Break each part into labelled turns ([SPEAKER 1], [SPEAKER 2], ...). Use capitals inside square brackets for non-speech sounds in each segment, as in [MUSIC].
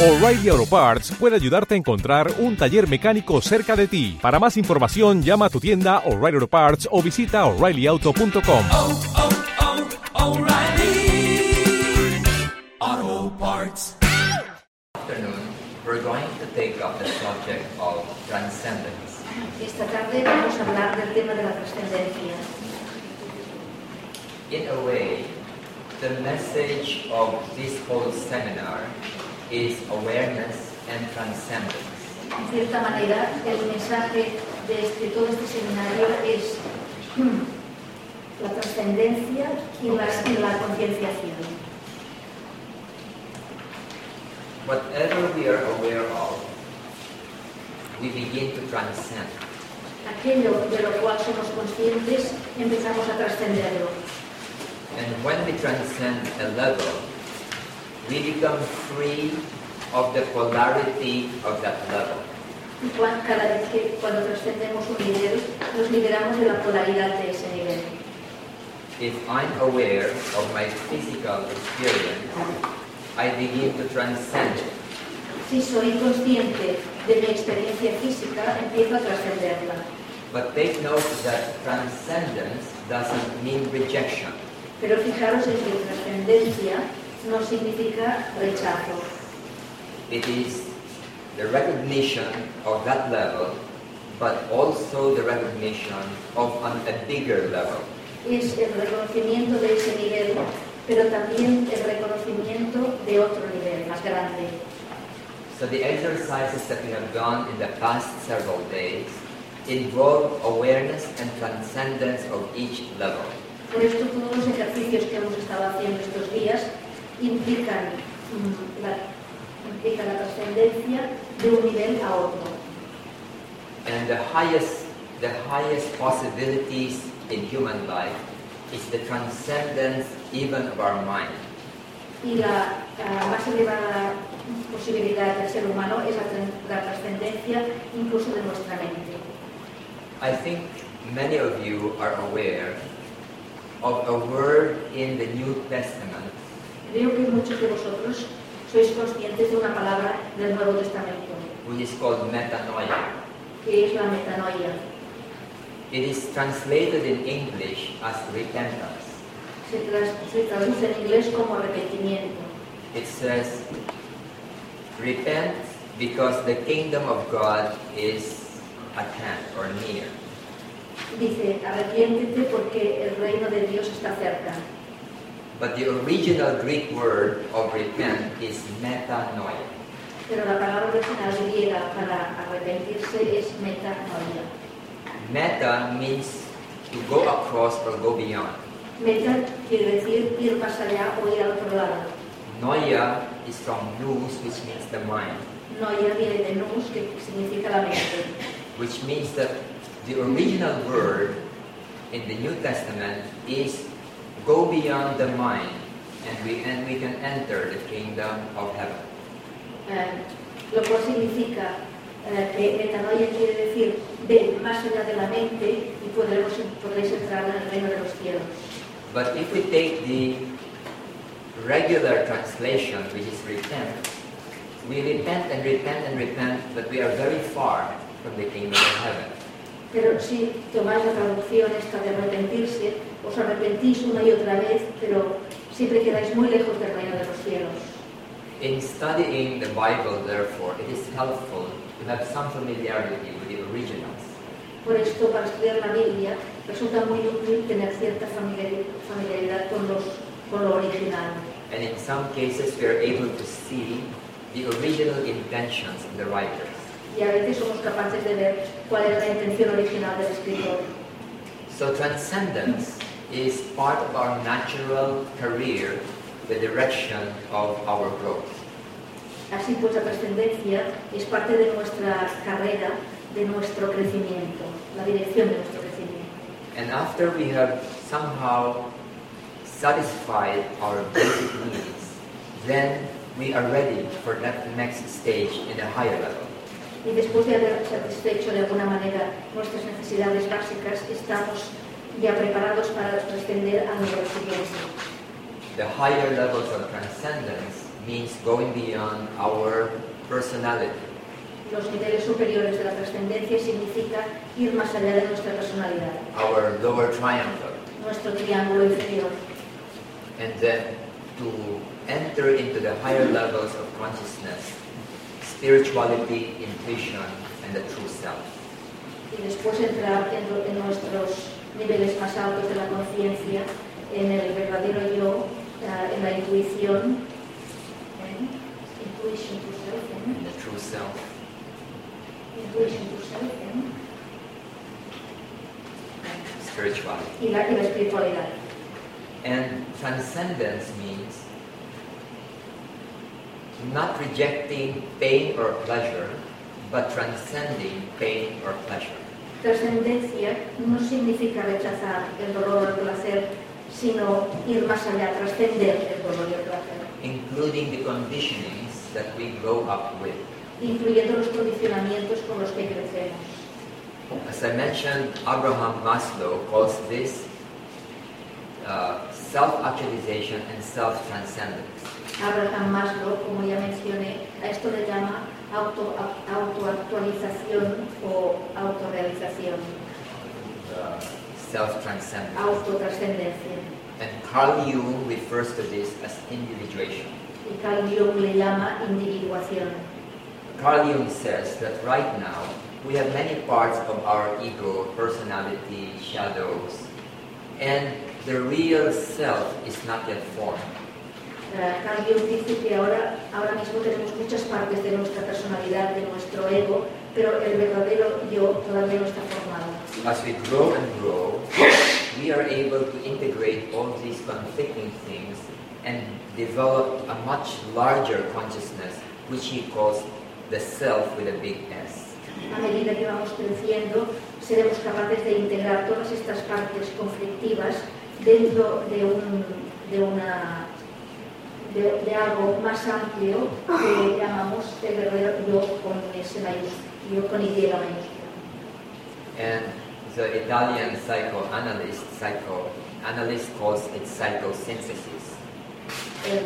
[SPEAKER 1] O'Reilly Auto Parts puede ayudarte a encontrar un taller mecánico cerca de ti. Para más información, llama a tu tienda O'Reilly Auto Parts o visita oreillyauto.com.
[SPEAKER 2] oh, oh, oh, O'Reilly. Auto Parts.
[SPEAKER 3] afternoon, we're going to take up the subject of transcendence.
[SPEAKER 4] Esta tarde vamos a hablar del tema de la trascendencia.
[SPEAKER 3] In a way, the message of this whole seminar is awareness and transcendence.
[SPEAKER 4] En cierta manera, el mensaje de este- todo este seminario es mm, la trascendencia y la, y la concienciación.
[SPEAKER 3] Whatever we are aware of, we begin to transcend.
[SPEAKER 4] Aquello de lo cual somos conscientes empezamos a trascenderlo.
[SPEAKER 3] And when we transcend a level, we become free of the polarity of that level.
[SPEAKER 4] Y cua- cada vez que cuando trascendemos un nivel, nos liberamos de la polaridad de ese nivel.
[SPEAKER 3] If I'm aware of my physical experience, I begin to transcend it.
[SPEAKER 4] Si soy consciente de mi experiencia física, empiezo a trascenderla.
[SPEAKER 3] But take note that transcendence doesn't mean rejection.
[SPEAKER 4] Pero fijaros en que trascendencia no significa rechazo,
[SPEAKER 3] It is the recognition of that level, but also the recognition of an, a bigger level.
[SPEAKER 4] es el reconocimiento de ese nivel, pero también el reconocimiento de otro nivel más grande.
[SPEAKER 3] So the exercises that we have done in the past several days involve awareness and transcendence of each level.
[SPEAKER 4] Por esto todos los ejercicios que hemos estado haciendo estos días implican, mm, la, implican la trascendencia de un nivel a otro.
[SPEAKER 3] And the highest, the highest possibilities in human life is the transcendence even of our mind.
[SPEAKER 4] Y la, la más elevada posibilidad del ser humano es la tran- la trascendencia incluso de nuestra mente.
[SPEAKER 3] I think many of you are aware of a word in the New Testament
[SPEAKER 4] Creo que muchos de vosotros sois conscientes de una palabra del Nuevo Testamento,
[SPEAKER 3] which is called metanoia.
[SPEAKER 4] que es la metanoia.
[SPEAKER 3] It is translated in English as repentance.
[SPEAKER 4] Se, tras- se traduce en inglés como arrepentimiento.
[SPEAKER 3] It says, Repent because the kingdom of God is at hand or near.
[SPEAKER 4] Dice, arrepiéntete porque el reino de Dios está cerca.
[SPEAKER 3] But the original Greek word of repent is metanoia.
[SPEAKER 4] Pero la palabra original griega para arrepentirse es metanoia.
[SPEAKER 3] Meta means to go across or go beyond.
[SPEAKER 4] Meta quiere decir ir más allá o ir al otro lado.
[SPEAKER 3] Noia is from nous, which means the mind.
[SPEAKER 4] Noia viene de nous, que significa la mente.
[SPEAKER 3] which means that the original word in the New Testament is go beyond the mind and we, and we can enter the kingdom of heaven.
[SPEAKER 4] Eh, lo cual significa eh, que metanoia quiere decir ve más allá de la mente y podremos, podréis entrar en el reino de los cielos.
[SPEAKER 3] But if we take the regular translation, which is repent, we repent and repent and repent, but we are very far from the kingdom of heaven.
[SPEAKER 4] Pero si tomáis la traducción esta de arrepentirse, os arrepentís una y otra vez, pero siempre quedáis muy lejos del reino de los cielos.
[SPEAKER 3] In studying the Bible, therefore, it is helpful to have some familiarity with the originals.
[SPEAKER 4] Por esto, para estudiar la Biblia, resulta muy útil tener cierta familiari- familiaridad con, los, con lo original.
[SPEAKER 3] And in some cases, we are able to see the original intentions of the writers.
[SPEAKER 4] Y a veces somos capaces de ver cuál es la intención original del escritor.
[SPEAKER 3] So transcendence is part of our natural career, the direction of our growth.
[SPEAKER 4] Así pues, la trascendencia es parte de nuestra carrera, de nuestro crecimiento, la dirección de nuestro crecimiento.
[SPEAKER 3] And after we have somehow satisfied our basic needs, then we are ready for that next stage in a higher level.
[SPEAKER 4] Y después de haber satisfecho de alguna manera nuestras necesidades básicas, estamos ya preparados para trascender al nivel siguiente.
[SPEAKER 3] The higher levels of transcendence means going beyond our personality.
[SPEAKER 4] Los niveles superiores de la trascendencia significa ir más allá de nuestra personalidad,
[SPEAKER 3] our lower triangle
[SPEAKER 4] nuestro triángulo inferior,
[SPEAKER 3] and then to enter into the higher levels of consciousness, spirituality, intuition, and the true self.
[SPEAKER 4] y después entrar en, lo- en nuestros niveles más altos de la conciencia, en el verdadero yo, eh, en la intuición, ¿eh? intuition to self, ¿eh?
[SPEAKER 3] And the true self.
[SPEAKER 4] intuition to self, ¿eh?
[SPEAKER 3] spirituality.
[SPEAKER 4] y, la, y la espiritualidad.
[SPEAKER 3] And transcendence means not rejecting pain or pleasure, but transcending pain or pleasure.
[SPEAKER 4] Trascendencia no significa rechazar el dolor o el placer, sino ir más allá, trascender el dolor y el placer,
[SPEAKER 3] Including the conditionings that we grow up with.
[SPEAKER 4] incluyendo los condicionamientos con los que crecemos.
[SPEAKER 3] As I mentioned, Abraham Maslow calls this uh, self-actualization and self-transcendence.
[SPEAKER 4] Abraham Maslow, como ya mencioné, a esto le llama auto- au- autoactualización o autorrealización,
[SPEAKER 3] uh, self-transcendence.
[SPEAKER 4] autotrascendencia.
[SPEAKER 3] And Carl Jung refers to this as individuation.
[SPEAKER 4] Y Carl Jung le llama individuación.
[SPEAKER 3] Carl Jung says that right now we have many parts of our ego, personality, shadows, and the real self is not yet formed.
[SPEAKER 4] Eh, Carl Jung dice que ahora, ahora mismo tenemos muchas partes de nuestra personalidad, de nuestro ego, pero el verdadero yo todavía no está formado.
[SPEAKER 3] As we grow and grow, we are able to integrate all these conflicting things and develop a much larger consciousness, which he calls the self with a big S.
[SPEAKER 4] A medida que vamos creciendo, seremos capaces de integrar todas estas partes conflictivas dentro de, un, de, una, de, de algo más amplio que llamamos el verdadero yo con S mayúscula, yo con Y mayúscula.
[SPEAKER 3] And the Italian psychoanalyst, psychoanalyst calls it psychosynthesis.
[SPEAKER 4] El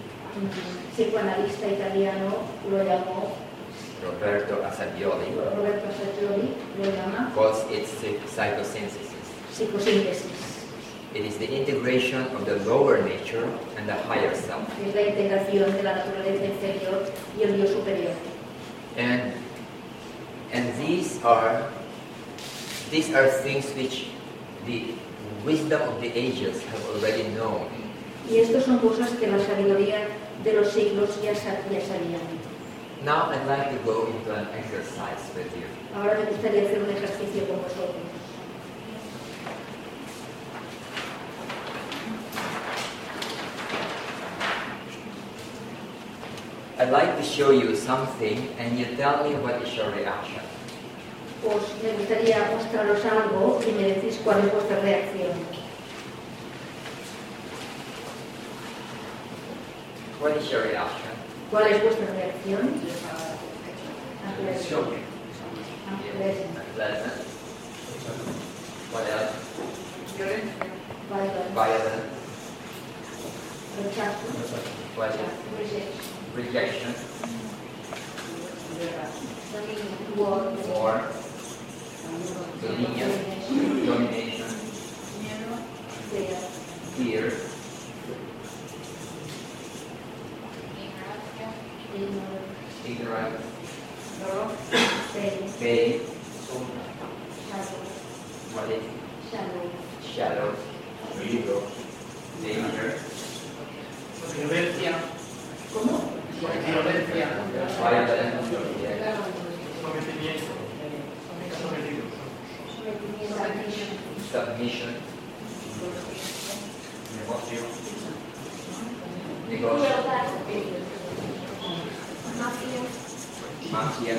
[SPEAKER 4] mm, psicoanalista italiano lo llamó
[SPEAKER 3] Roberto Assagioli
[SPEAKER 4] Roberto Sartori lo llama
[SPEAKER 3] calls it psy- psychosynthesis.
[SPEAKER 4] psicosíntesis.
[SPEAKER 3] It is the integration of the lower nature and the higher self.
[SPEAKER 4] Es la integración de la naturaleza inferior y el yo superior.
[SPEAKER 3] And and these are these are things which the wisdom of the ages have already known.
[SPEAKER 4] Y esto son cosas que la sabiduría de los siglos ya, sa- ya sabían.
[SPEAKER 3] Now I'd like to go into an exercise with you.
[SPEAKER 4] Ahora me gustaría hacer un ejercicio con vosotros.
[SPEAKER 3] I'd like to show you something and you tell me what is your reaction.
[SPEAKER 4] Os me gustaría mostraros algo y me decís cuál es vuestra reacción.
[SPEAKER 3] What is your reaction?
[SPEAKER 4] ¿Cuál es vuestra reacción? Unpleasant. Unpleasant.
[SPEAKER 3] Unpleasant. What else?
[SPEAKER 4] Violent.
[SPEAKER 3] Violence.
[SPEAKER 4] Rechazo.
[SPEAKER 3] What else?
[SPEAKER 4] Rejection.
[SPEAKER 3] Rejection.
[SPEAKER 4] War.
[SPEAKER 3] War. Dominion. Domination.
[SPEAKER 4] Fear.
[SPEAKER 3] Fear. Ignorance. Faith. What is shadow? Ego. Danger.
[SPEAKER 5] Violencia,
[SPEAKER 4] ¿Cómo?
[SPEAKER 5] violencia,
[SPEAKER 3] Violence. Yeah.
[SPEAKER 5] sometimiento, sometido,
[SPEAKER 3] Submission.
[SPEAKER 5] negocio,
[SPEAKER 3] Negotiation. Mafia.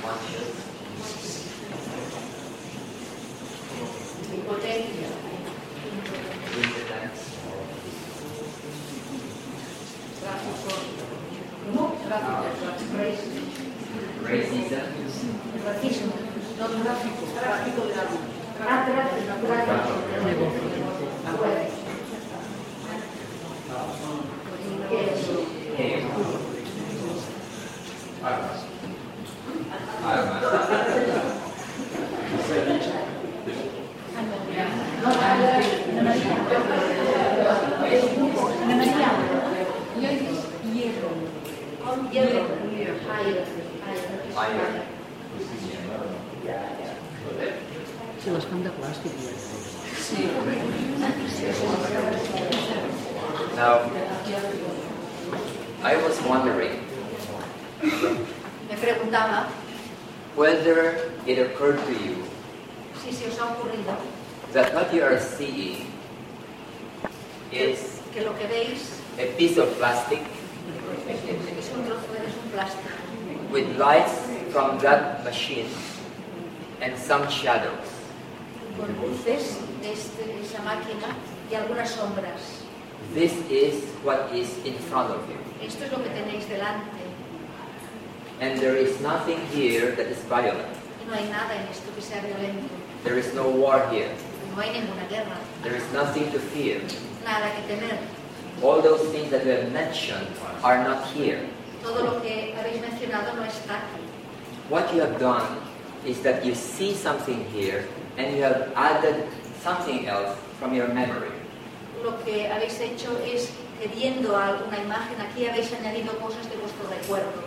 [SPEAKER 3] Conscious. Vigilance.
[SPEAKER 4] ¿Cómo?
[SPEAKER 3] Racism.
[SPEAKER 4] Racismo.
[SPEAKER 6] No, tráfico, tráfico de armas.
[SPEAKER 4] Ah, tráfico, tráfico. Bueno,
[SPEAKER 7] Ayer, ayer,
[SPEAKER 3] Ayer.
[SPEAKER 8] Se les fan de plàstic. Ja.
[SPEAKER 3] Now, I was wondering
[SPEAKER 4] Me preguntaba
[SPEAKER 3] whether it occurred to you
[SPEAKER 4] si se os ha ocurrido
[SPEAKER 3] that what you are seeing is
[SPEAKER 4] que lo que veis
[SPEAKER 3] a piece of plastic
[SPEAKER 4] es un trozo de es un plástico
[SPEAKER 3] with lights from that machine and some shadows.
[SPEAKER 4] con luces de este- esa máquina y algunas sombras.
[SPEAKER 3] This is what is in front of you.
[SPEAKER 4] Esto es lo que tenéis delante.
[SPEAKER 3] And there is nothing here that is violent.
[SPEAKER 4] No hay nada en esto que sea violento.
[SPEAKER 3] There is no war here.
[SPEAKER 4] No hay ninguna guerra.
[SPEAKER 3] There is nothing to fear.
[SPEAKER 4] Nada que temer.
[SPEAKER 3] All those things that we have mentioned are not here.
[SPEAKER 4] Todo lo que habéis mencionado no está aquí.
[SPEAKER 3] What you have done is that you see something here and you have added something else from your memory.
[SPEAKER 4] Lo que habéis hecho es que viendo alguna imagen aquí habéis añadido cosas de vuestro recuerdo.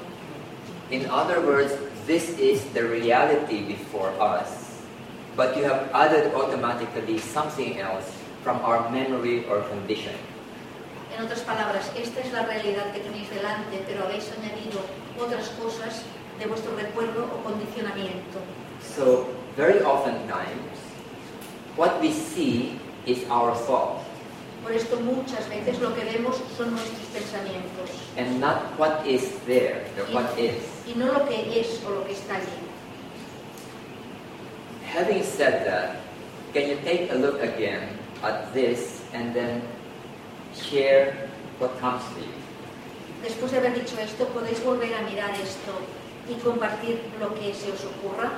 [SPEAKER 3] In other words, this is the reality before us, but you have added automatically something else from our memory or condition.
[SPEAKER 4] En otras palabras, esta es la realidad que tenéis delante, pero habéis añadido otras cosas de vuestro recuerdo o condicionamiento.
[SPEAKER 3] So, very oftentimes, what we see is our thought
[SPEAKER 4] Por esto muchas veces lo que vemos son nuestros pensamientos
[SPEAKER 3] and not what is there or what is.
[SPEAKER 4] y no lo que es o lo que está allí.
[SPEAKER 3] Having said that, can you take a look again at this and then share what comes to you?
[SPEAKER 4] Después de haber dicho esto, podéis volver a mirar esto y compartir lo que se os ocurra.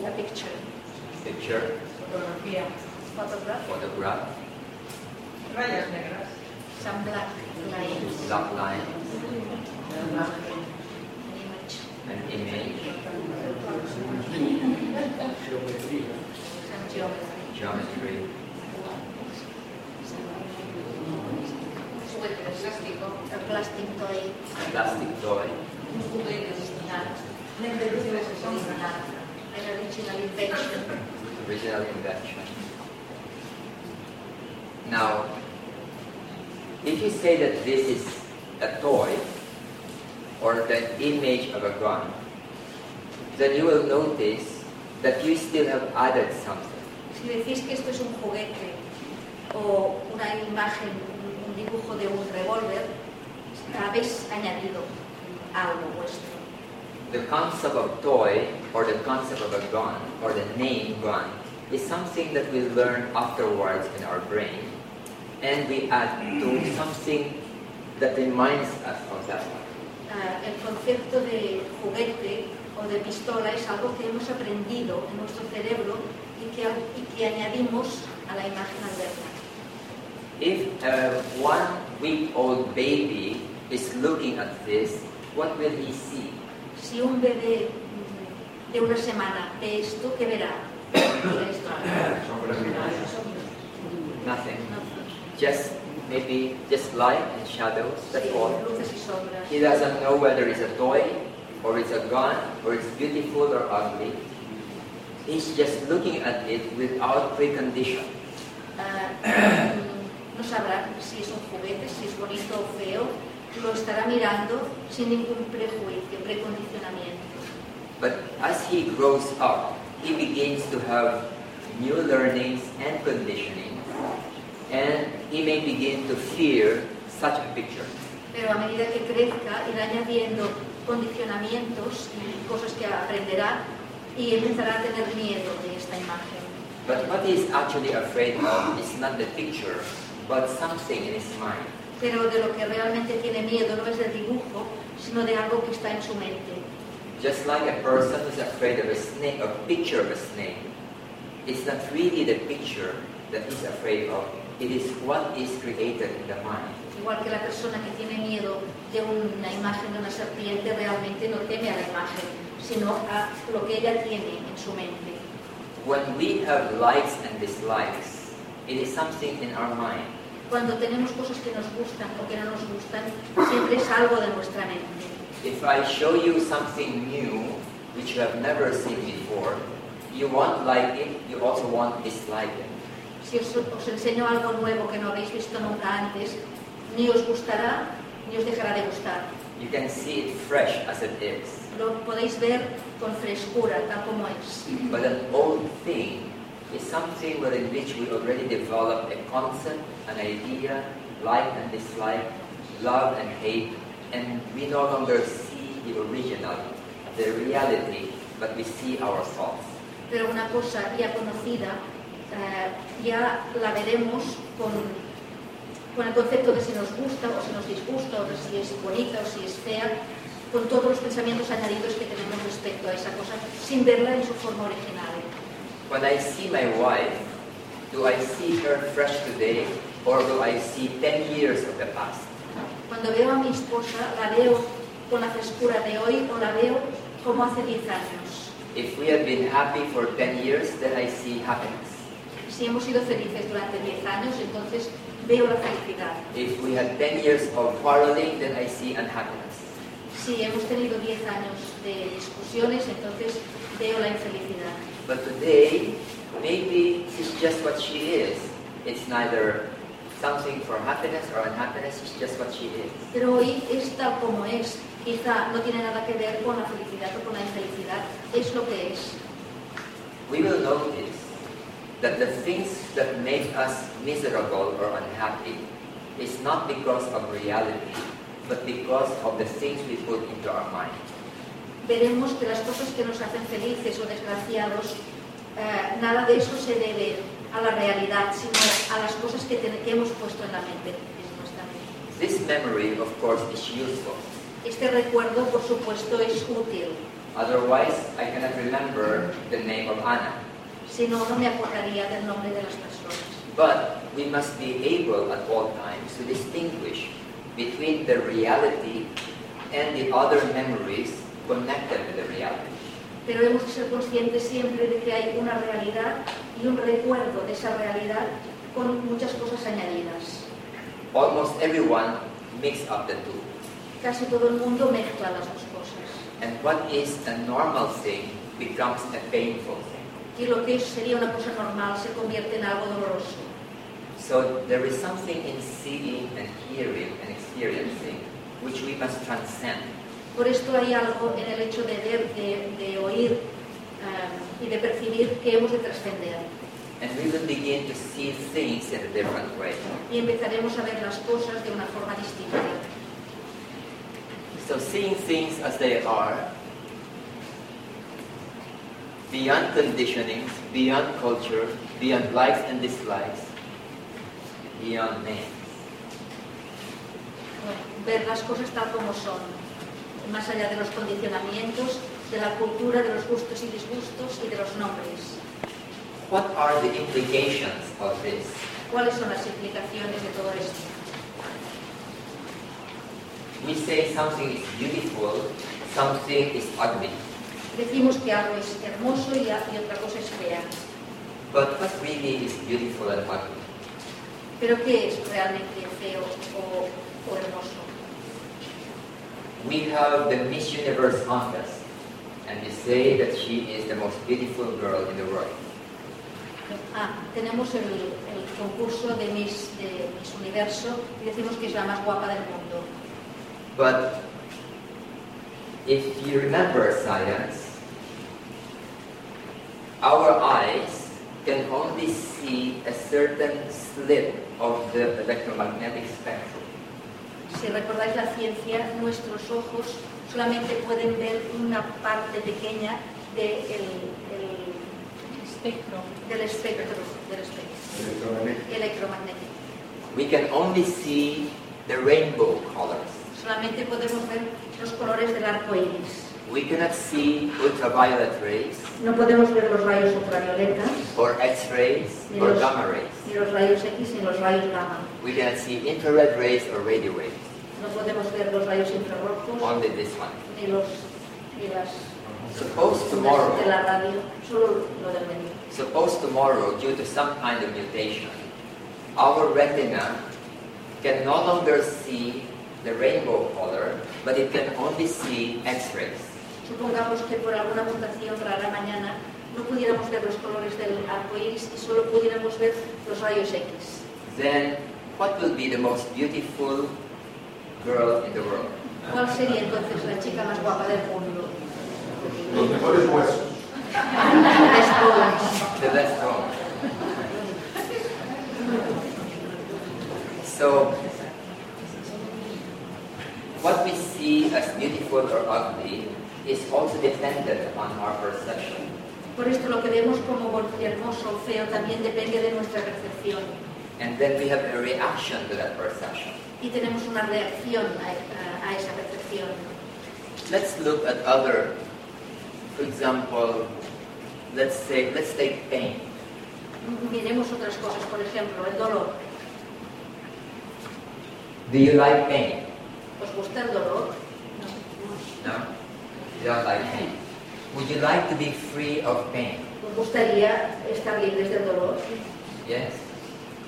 [SPEAKER 4] Una picture,
[SPEAKER 3] Picture,
[SPEAKER 9] Fotografía.
[SPEAKER 4] photograph,
[SPEAKER 3] photograph,
[SPEAKER 9] Rayas negras.
[SPEAKER 4] some black lines,
[SPEAKER 3] black lines,
[SPEAKER 9] La imagen.
[SPEAKER 4] an image,
[SPEAKER 3] an image,
[SPEAKER 4] some geometry.
[SPEAKER 3] geometry,
[SPEAKER 4] Suéter plástico, el plastic toy,
[SPEAKER 3] plastic toy,
[SPEAKER 4] original, original, el original invention.
[SPEAKER 3] original invention. Now, if you say that this is a toy or the image of a gun, then you will notice that you still have added something.
[SPEAKER 4] Si decís que esto es un juguete o una imagen, un- un dibujo de un revólver, habéis añadido algo vuestro.
[SPEAKER 3] The concept of toy or the concept of a gun or the name gun is something that we learn afterwards in our brain and we add to something that reminds us of that one.
[SPEAKER 4] Ah, El concepto de juguete o de pistola es algo que hemos aprendido en nuestro cerebro y que, y que añadimos a la imagen al verla.
[SPEAKER 3] If a one week old baby is looking at this, what will he see?
[SPEAKER 4] Si un bebé mm, de una semana ve esto, ¿qué verá? Mira esto.
[SPEAKER 3] Nothing.
[SPEAKER 4] No,
[SPEAKER 3] Just maybe just light and shadows, that's all.
[SPEAKER 4] sí, luces y sombras.
[SPEAKER 3] He doesn't know whether it's a toy or it's a gun or it's beautiful or ugly. He's just looking at it without precondition.
[SPEAKER 4] Ah, mm, no sabrá si es un juguete, si es bonito o feo. Lo estará mirando sin ningún prejuicio, precondicionamiento.
[SPEAKER 3] But as he grows up, he begins to have new learnings and conditioning, and he may begin to fear such a picture.
[SPEAKER 4] Pero a medida que crezca, irá añadiendo condicionamientos y cosas que aprenderá y empezará a tener miedo de esta imagen.
[SPEAKER 3] But what he is actually afraid of is not the picture, but something in his mind.
[SPEAKER 4] Pero de lo que realmente tiene miedo no es del dibujo, sino de algo que está en su mente.
[SPEAKER 3] Just like a person who's afraid of a snake, a picture of a snake, it's not really the picture that he's afraid of. It is what is created in the mind.
[SPEAKER 4] Igual que la persona que tiene miedo de una imagen de una serpiente realmente no teme a la imagen, sino a lo que ella tiene en su mente.
[SPEAKER 3] When we have likes and dislikes, it is something in our mind.
[SPEAKER 4] Cuando tenemos cosas que nos gustan o que no nos gustan, siempre es algo de nuestra mente.
[SPEAKER 3] If I show you something new, which you have never seen before, you won't like it, you also won't dislike it.
[SPEAKER 4] Si os, os enseño algo nuevo que no habéis visto nunca antes, ni os gustará ni os dejará de gustar.
[SPEAKER 3] You can see it fresh as it is.
[SPEAKER 4] Lo podéis ver con frescura, tal como es.
[SPEAKER 3] But an old thing is something within which we already developed a concept, an idea, like and dislike, love and hate, and we no longer see the original, the reality, but we see our thoughts.
[SPEAKER 4] Pero una cosa ya conocida, eh, ya la veremos con, con el concepto de si nos gusta o si nos disgusta, o de si es bonita o si es fea, con todos los pensamientos añadidos que tenemos respecto a esa cosa, sin verla en su forma original.
[SPEAKER 3] When I see my wife, do I see her fresh today or do I see 10 years of the past?
[SPEAKER 4] Cuando veo a mi esposa, la veo con la frescura de hoy o la veo como hace 10 años.
[SPEAKER 3] If we have been happy for 10 years, then I see happiness.
[SPEAKER 4] Si hemos sido felices durante 10 años, entonces veo la felicidad.
[SPEAKER 3] If we had 10 years of quarreling, then I see unhappiness.
[SPEAKER 4] Si hemos tenido 10 años de discusiones, entonces veo la infelicidad.
[SPEAKER 3] But today, maybe she's just what she is. It's neither something for happiness or unhappiness, she's just what she is.
[SPEAKER 4] Pero hoy es tal como es. Quizá no tiene nada que ver con la felicidad o con la infelicidad. Es lo que es.
[SPEAKER 3] We will notice that the things that make us miserable or unhappy is not because of reality, but because of the things we put into our mind.
[SPEAKER 4] Veremos que las cosas que nos hacen felices o desgraciados, eh, nada de eso se debe a la realidad, sino a las cosas que, ten- que hemos puesto en la mente. en nuestra mente.
[SPEAKER 3] This memory, of course, is useful.
[SPEAKER 4] Este recuerdo, por supuesto, es útil.
[SPEAKER 3] Otherwise, I cannot remember the name of Anna.
[SPEAKER 4] Si no, no me acordaría del nombre de las personas.
[SPEAKER 3] But we must be able at all times to distinguish between the reality and the other memories connected with the reality.
[SPEAKER 4] pero hemos de ser conscientes siempre de que hay una realidad y un recuerdo de esa realidad con muchas cosas añadidas.
[SPEAKER 3] Almost everyone mix up the two.
[SPEAKER 4] Casi todo el mundo mezcla las dos cosas.
[SPEAKER 3] And what is a normal thing becomes a painful thing.
[SPEAKER 4] Y lo que es- sería una cosa normal se convierte en algo doloroso.
[SPEAKER 3] So there is something in seeing and hearing and experiencing which we must transcend.
[SPEAKER 4] Por esto hay algo en el hecho de ver, de, de oír eh, y de percibir que hemos de trascender.
[SPEAKER 3] And we will begin to see things in a different way.
[SPEAKER 4] Y empezaremos a ver las cosas de una forma distinta.
[SPEAKER 3] So seeing things as they are, beyond conditionings, beyond culture, beyond likes and dislikes, beyond man.
[SPEAKER 4] Bueno, ver las cosas tal como son, más allá de los condicionamientos, de la cultura, de los gustos y disgustos y de los nombres.
[SPEAKER 3] What are the implications of this?
[SPEAKER 4] ¿Cuáles son las implicaciones de todo esto?
[SPEAKER 3] We say something is beautiful, something is ugly.
[SPEAKER 4] Decimos que algo es hermoso y, a- y otra cosa es fea.
[SPEAKER 3] But what really is beautiful and ugly?
[SPEAKER 4] Pero ¿qué es realmente feo o, o hermoso?
[SPEAKER 3] We have the Miss Universe contest, and we say that she is the most beautiful girl in the world.
[SPEAKER 4] Ah, tenemos el, el concurso de Miss, de Miss Universo y decimos que es la más guapa del mundo.
[SPEAKER 3] But if you remember science, our eyes can only see a certain slit of the electromagnetic spectrum.
[SPEAKER 4] Si recordáis la ciencia, nuestros ojos solamente pueden ver una parte pequeña de el-
[SPEAKER 10] Espectro.
[SPEAKER 4] el- del espectro, del espectro electromagnético.
[SPEAKER 3] We can only see the rainbow colors.
[SPEAKER 4] Solamente podemos ver los colores del arco iris.
[SPEAKER 3] We cannot see ultraviolet rays
[SPEAKER 11] No podemos ver los rayos ultravioletas,
[SPEAKER 3] or X-rays or
[SPEAKER 11] Yes.
[SPEAKER 3] gamma rays.
[SPEAKER 11] ni los rayos X ni los rayos gamma.
[SPEAKER 3] We cannot see infrared rays or radio waves.
[SPEAKER 11] No podemos ver los rayos infrarrojos
[SPEAKER 3] Only this one.
[SPEAKER 11] ni los ni las
[SPEAKER 3] Suppose
[SPEAKER 11] ondas de
[SPEAKER 3] tomorrow
[SPEAKER 11] la radio, solo lo del medio.
[SPEAKER 3] Suppose tomorrow, due to some kind of mutation, our retina can no longer see the rainbow color, but it can only see X-rays.
[SPEAKER 12] Supongamos que por alguna mutación rara mañana no pudiéramos ver los colores del arco iris y solo pudiéramos ver los rayos X.
[SPEAKER 3] Then, what will be the most beautiful girl in the world?
[SPEAKER 12] ¿Cuál sería entonces la chica más guapa del mundo?
[SPEAKER 13] Los mejores huesos.
[SPEAKER 12] Las bolas.
[SPEAKER 3] The best one. So, what we see as beautiful or ugly is also dependent on our perception.
[SPEAKER 12] Por esto lo que vemos como bonito, hermoso o feo también depende de nuestra percepción
[SPEAKER 3] And then we have a reaction to that perception.
[SPEAKER 12] y tenemos una reacción a, a- a esa percepción.
[SPEAKER 3] Let's look at other, for example, let's say, let's take pain.
[SPEAKER 12] Miremos otras cosas, por ejemplo, el dolor.
[SPEAKER 3] Do you like pain?
[SPEAKER 12] ¿Os gusta el dolor?
[SPEAKER 3] No? You don't like pain. Would you like to be free of pain?
[SPEAKER 4] ¿Os gustaría estar libres del dolor?
[SPEAKER 3] Yes,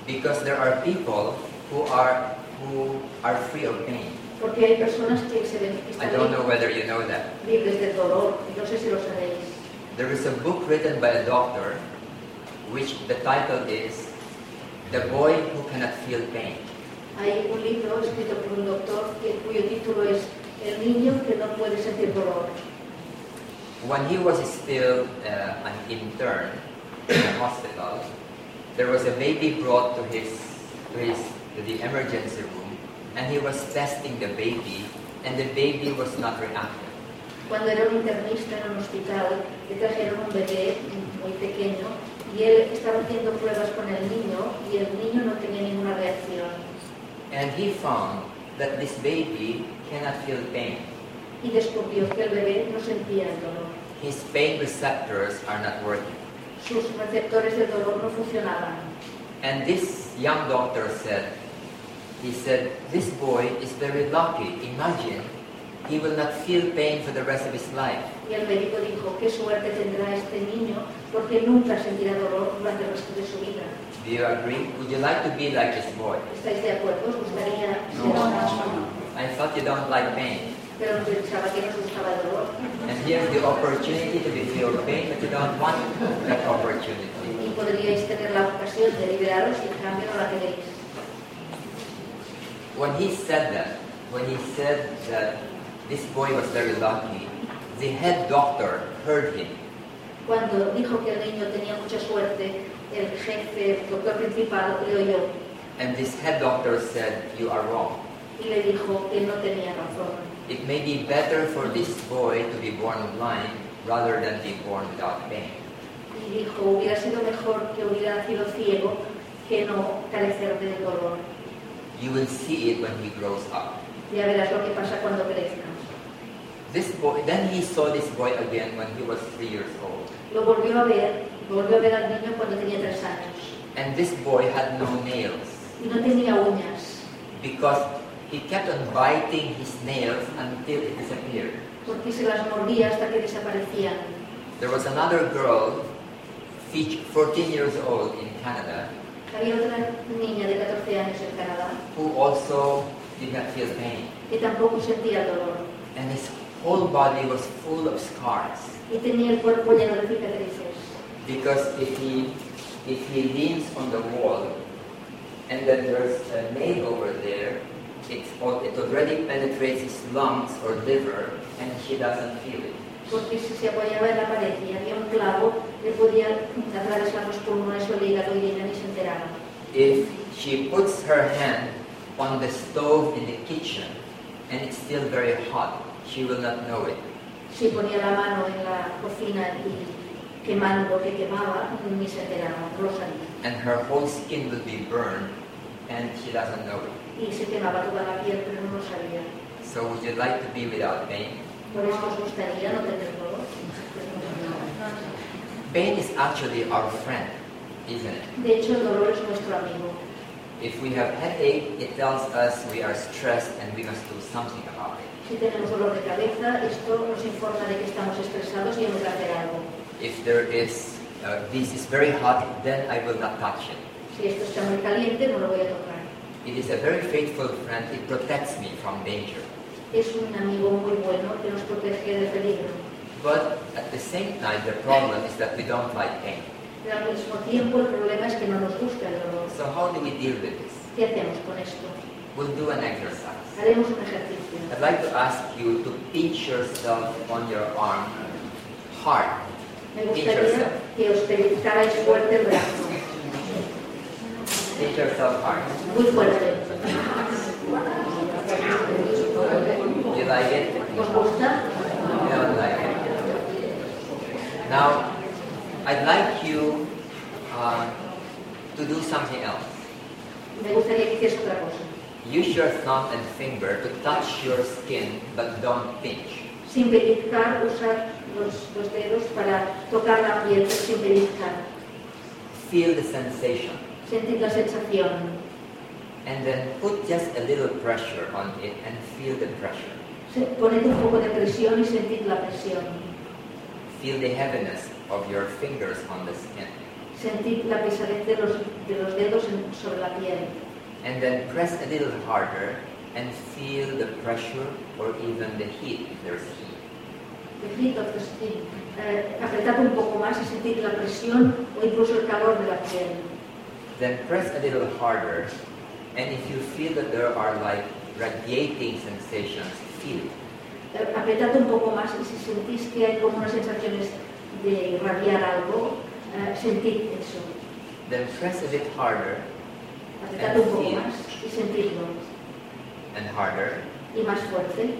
[SPEAKER 3] because there are people who are who are free of pain.
[SPEAKER 4] Porque hay personas que se ven que
[SPEAKER 3] I
[SPEAKER 4] están
[SPEAKER 3] don't know whether you know that.
[SPEAKER 4] libres del dolor, y no sé si lo sabéis.
[SPEAKER 3] There is a book written by a doctor, which the title is "The Boy Who Cannot Feel Pain."
[SPEAKER 4] Hay un libro escrito por un doctor que- cuyo título es El niño que no puede sentir dolor.
[SPEAKER 3] When he was still uh, an intern in a hospital, there was a baby brought to his to his to the emergency room, and he was testing the baby, and the baby was not reactive.
[SPEAKER 4] Cuando era un internista en un hospital, le trajeron un bebé muy pequeño y él estaba haciendo pruebas con el niño y el niño no tenía ninguna reacción.
[SPEAKER 3] And he found that this baby cannot feel pain.
[SPEAKER 4] Y descubrió que el bebé no sentía el dolor.
[SPEAKER 3] His pain receptors are not working.
[SPEAKER 4] Sus receptores del dolor no funcionaban.
[SPEAKER 3] And this young doctor said, he said, this boy is very lucky. Imagine, he will not feel pain for the rest of his life.
[SPEAKER 4] Y el médico dijo, qué suerte tendrá este niño porque nunca sentirá dolor durante el resto de su vida.
[SPEAKER 3] Do you agree? Would you like to be like this boy?
[SPEAKER 4] ¿Estáis de acuerdo? ¿Os gustaría ser
[SPEAKER 3] No.
[SPEAKER 4] una persona?
[SPEAKER 3] I thought you don't like pain.
[SPEAKER 4] Pero pensaba que nos gustaba el dolor.
[SPEAKER 3] And here's the opportunity to be feel pain, but you don't want that opportunity.
[SPEAKER 4] Y podríais tener la ocasión de liberaros y en cambio no la tenéis.
[SPEAKER 3] When he said that, when he said that this boy was very lucky, the head doctor heard him
[SPEAKER 4] Cuando dijo que el niño tenía mucha suerte, el jefe, el doctor principal, le oyó
[SPEAKER 3] And this head doctor said, You are wrong.
[SPEAKER 4] y le dijo que no tenía razón.
[SPEAKER 3] It may be better for this boy to be born blind rather than be born without pain.
[SPEAKER 4] Y dijo, hubiera sido mejor que hubiera nacido ciego que no carecer de dolor.
[SPEAKER 3] You will see it when he grows up.
[SPEAKER 4] Ya verás lo que pasa cuando crezca.
[SPEAKER 3] This boy, then he saw this boy again when he was three years old.
[SPEAKER 4] Lo volvió a ver, volvió a ver al niño cuando tenía tres años
[SPEAKER 3] And this boy had no nails
[SPEAKER 4] y no tenía uñas
[SPEAKER 3] because he kept on biting his nails until it disappeared.
[SPEAKER 4] porque se las mordía hasta que desaparecían.
[SPEAKER 3] There was another girl, fif- 14 years old in Canada,
[SPEAKER 4] Había otra niña de 14 años en Canadá
[SPEAKER 3] who also did not feel pain.
[SPEAKER 4] que tampoco sentía dolor
[SPEAKER 3] and his whole body was full of scars
[SPEAKER 4] y tenía el cuerpo lleno de cicatrices
[SPEAKER 3] because if he if he leans on the wall and then there's a nail over there it's al- it already penetrates his lungs or liver and he doesn't feel it
[SPEAKER 4] porque si se apoyaba en la pared y había un clavo le podía atravesar los pulmones o el hígado y ella ni se enteraba.
[SPEAKER 3] if she puts her hand on the stove in the kitchen and it's still very hot she will not know it
[SPEAKER 4] Si ponía la mano en la cocina y quemando lo que quemaba ni se enteraba, no lo sabía.
[SPEAKER 3] and her whole skin will be burned and she doesn't know it
[SPEAKER 4] y se quemaba toda la piel pero no lo sabía.
[SPEAKER 3] so would you like to be without pain
[SPEAKER 4] Por eso os gustaría no tener dolor.
[SPEAKER 3] Pain is actually our friend, isn't it?
[SPEAKER 4] De hecho, el dolor es nuestro amigo.
[SPEAKER 3] If we have headache, it tells us we are stressed and we must do something about it.
[SPEAKER 4] Si tenemos dolor de cabeza, esto nos informa de que estamos estresados y hemos de hacer algo.
[SPEAKER 3] If there is, uh, this is very hot, then I will not touch it.
[SPEAKER 4] Si esto está muy caliente, no lo voy a tocar.
[SPEAKER 3] It is a very faithful friend. It protects me from danger.
[SPEAKER 4] Es un amigo muy bueno que nos protege del peligro.
[SPEAKER 3] But at the same time, the problem is that we don't like pain.
[SPEAKER 4] Pero al mismo tiempo el problema es que no nos gusta el dolor.
[SPEAKER 3] So how do we deal with this?
[SPEAKER 4] ¿Qué hacemos con esto?
[SPEAKER 3] We'll do an exercise.
[SPEAKER 4] Haremos un ejercicio.
[SPEAKER 3] I'd like to ask you to pinch yourself on your arm hard.
[SPEAKER 4] Me gustaría que os pegarais fuerte el brazo,
[SPEAKER 3] Pinch yourself hard.
[SPEAKER 4] muy fuerte.
[SPEAKER 3] You like it?
[SPEAKER 4] ¿Os gusta?
[SPEAKER 3] You don't like it. Now, I'd like you uh, to do something else.
[SPEAKER 4] Me gustaría que hicieras otra cosa.
[SPEAKER 3] Use your thumb and finger to touch your skin, but don't pinch.
[SPEAKER 4] Sin pellizcar, usar los, los dedos para tocar la piel pero sin pellizcar.
[SPEAKER 3] Feel the sensation,
[SPEAKER 4] Sentir la sensación.
[SPEAKER 3] and then put just a little pressure on it and feel the pressure.
[SPEAKER 4] Se- Poned un poco de presión y sentir la presión.
[SPEAKER 3] Feel the heaviness of your fingers on the skin,
[SPEAKER 4] Sentir la pesadez de los, de los dedos en- sobre la piel.
[SPEAKER 3] and then press a little harder and feel the pressure or even the heat if there's heat.
[SPEAKER 4] The heat of the skin. Eh, apretad un poco más y sentir la presión o incluso el calor de la piel.
[SPEAKER 3] then press a little harder. And if you feel that there are like radiating sensations, feel it.
[SPEAKER 4] Eh, Apretad un poco más y si sentís que hay como unas sensaciones de irradiar algo, eh, sentid eso.
[SPEAKER 3] Then press a bit harder
[SPEAKER 4] Apretad un poco más y sentidlo.
[SPEAKER 3] and harder,
[SPEAKER 4] Y más fuerte,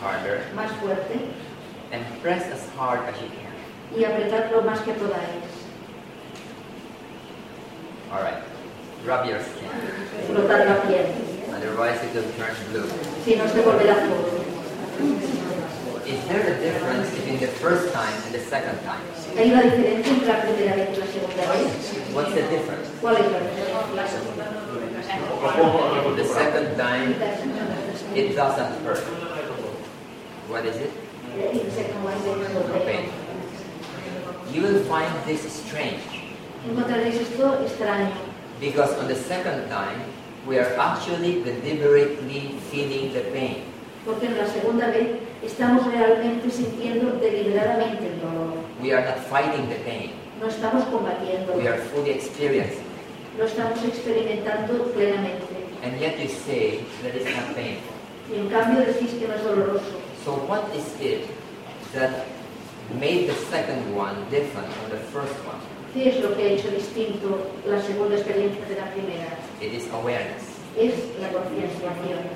[SPEAKER 3] harder,
[SPEAKER 4] más fuerte.
[SPEAKER 3] and press as hard as you can.
[SPEAKER 4] Y apretad lo más que podáis.
[SPEAKER 3] All right. Rub your skin.
[SPEAKER 4] Frotad la piel.
[SPEAKER 3] Otherwise, it will turn blue.
[SPEAKER 4] Si no, se volverá azul.
[SPEAKER 3] Is there a difference between the first time and the second time?
[SPEAKER 4] ¿Hay una diferencia entre la primera vez y la segunda vez?
[SPEAKER 3] What's the difference?
[SPEAKER 4] ¿Cuál es la diferencia?
[SPEAKER 14] La segunda no duele casi.
[SPEAKER 3] The second time, it doesn't hurt. What is it?
[SPEAKER 4] The second one is
[SPEAKER 3] No
[SPEAKER 4] the
[SPEAKER 3] pain.
[SPEAKER 4] pain.
[SPEAKER 3] You will find this strange.
[SPEAKER 4] Encontraréis esto extraño,
[SPEAKER 3] Because on the second time, we are actually deliberately feeling the pain.
[SPEAKER 4] porque en la segunda vez estamos realmente sintiendo deliberadamente el dolor.
[SPEAKER 3] We are not fighting the pain.
[SPEAKER 4] No estamos combatiendo,
[SPEAKER 3] We are fully experiencing.
[SPEAKER 4] lo estamos experimentando plenamente.
[SPEAKER 3] And yet you say that it's not painful.
[SPEAKER 4] Y en cambio decís que no es doloroso.
[SPEAKER 3] So what is it that made the second one different from the first one?
[SPEAKER 4] ¿Qué es lo que ha hecho distinto la segunda experiencia de la primera?
[SPEAKER 3] It is awareness.
[SPEAKER 4] Es la concienciación.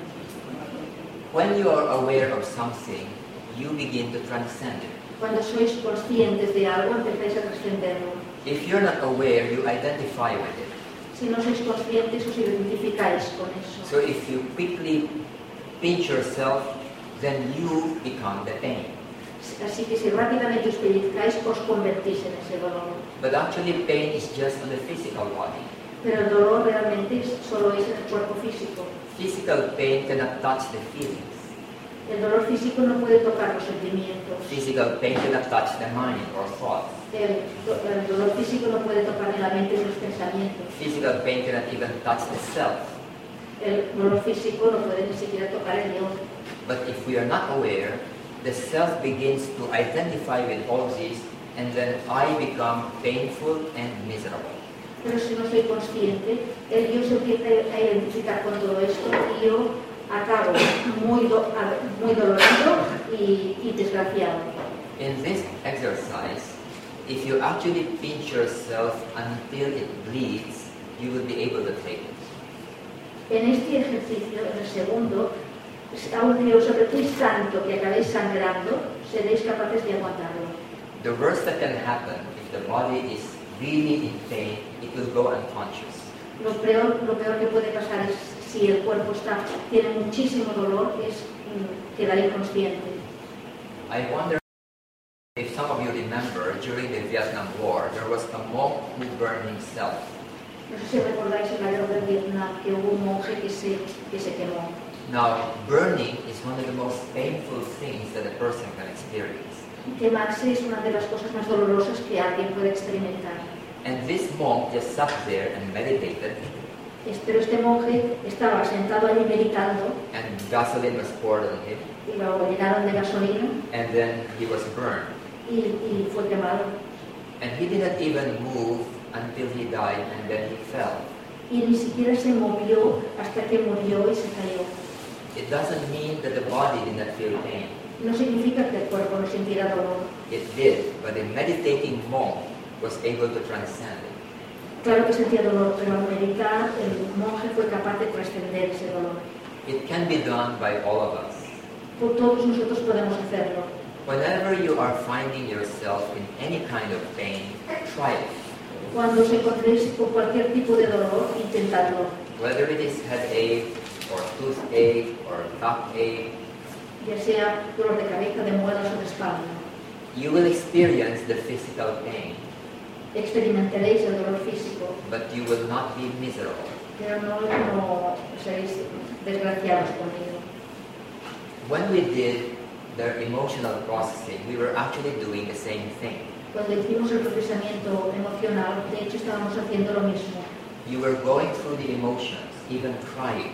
[SPEAKER 3] When you are aware of something, you begin to transcend it.
[SPEAKER 4] Cuando sois conscientes de algo, empezáis a trascenderlo.
[SPEAKER 3] If you're not aware, you identify with it.
[SPEAKER 4] Si no sois conscientes, os identificáis con eso.
[SPEAKER 3] So if you quickly pinch yourself, then you become the pain.
[SPEAKER 4] Así que si rápidamente os pellizcáis, os convertís en ese dolor.
[SPEAKER 3] But actually, pain is just on the physical body.
[SPEAKER 4] Pero el dolor realmente es- solo es en el cuerpo físico.
[SPEAKER 3] Physical pain cannot touch the feelings.
[SPEAKER 4] El dolor físico no puede tocar los sentimientos.
[SPEAKER 3] Physical pain cannot touch the mind or thoughts.
[SPEAKER 4] El, do- el dolor físico no puede tocar ni la mente ni los pensamientos.
[SPEAKER 3] Physical pain cannot even touch the self.
[SPEAKER 4] El dolor físico no puede ni siquiera tocar el yo.
[SPEAKER 3] But if we are not aware, the self begins to identify with all these, and then I become painful and miserable.
[SPEAKER 4] Pero si no soy consciente, el yo se empieza a identificar con todo esto y yo acabo muy, do- a- muy dolorido y, y desgraciado.
[SPEAKER 3] In this exercise, if you actually pinch yourself until it bleeds, you will be able to take it.
[SPEAKER 4] En este ejercicio, en el segundo, aunque os apretéis tanto que acabéis sangrando, seréis capaces de aguantarlo.
[SPEAKER 3] The worst that can happen if the body is really in pain, it will go unconscious.
[SPEAKER 4] Lo peor, lo peor que puede pasar es si el cuerpo está, tiene muchísimo dolor, es mm, quedar inconsciente.
[SPEAKER 3] I wonder if some of you remember during the Vietnam War, there was a monk who burned himself.
[SPEAKER 4] No sé si recordáis en la guerra de Vietnam que hubo un monje que se, que se quemó.
[SPEAKER 3] Now, burning is one of the most painful things that a person can experience.
[SPEAKER 4] Quemarse es una de las cosas más dolorosas que alguien puede experimentar.
[SPEAKER 3] And this monk just sat there and meditated,
[SPEAKER 4] Es- Pero este monje estaba sentado allí meditando
[SPEAKER 3] and gasoline was poured on him,
[SPEAKER 4] y lo llenaron de gasolina
[SPEAKER 3] and then he was burned.
[SPEAKER 4] y, y fue quemado.
[SPEAKER 3] And he didn't even move until he died, and then he fell.
[SPEAKER 4] Y ni siquiera se movió hasta que murió y se cayó.
[SPEAKER 3] It doesn't mean that the body did not feel pain.
[SPEAKER 4] No significa que el cuerpo no sintiera dolor.
[SPEAKER 3] It did, but the meditating monk was able to transcend it.
[SPEAKER 4] Claro que sentía dolor, pero al meditar el monje fue capaz de trascender ese dolor.
[SPEAKER 3] It can be done by all of us.
[SPEAKER 4] Por todos nosotros podemos hacerlo.
[SPEAKER 3] Whenever you are finding yourself in any kind of pain, try it.
[SPEAKER 4] Cuando os encontréis con cualquier tipo de dolor, intentadlo.
[SPEAKER 3] Whether it is headache or toothache or backache,
[SPEAKER 4] Ya sea dolor de cabeza, de muelas o de espalda.
[SPEAKER 3] you will experience the physical pain,
[SPEAKER 4] Experimentaréis el dolor físico,
[SPEAKER 3] but you will not be miserable.
[SPEAKER 4] pero no, no seréis desgraciados conmigo.
[SPEAKER 3] When we did the emotional processing, we were actually doing the same thing.
[SPEAKER 4] Cuando hicimos el procesamiento emocional, de hecho estábamos haciendo lo mismo.
[SPEAKER 3] You were going through the emotions, even crying,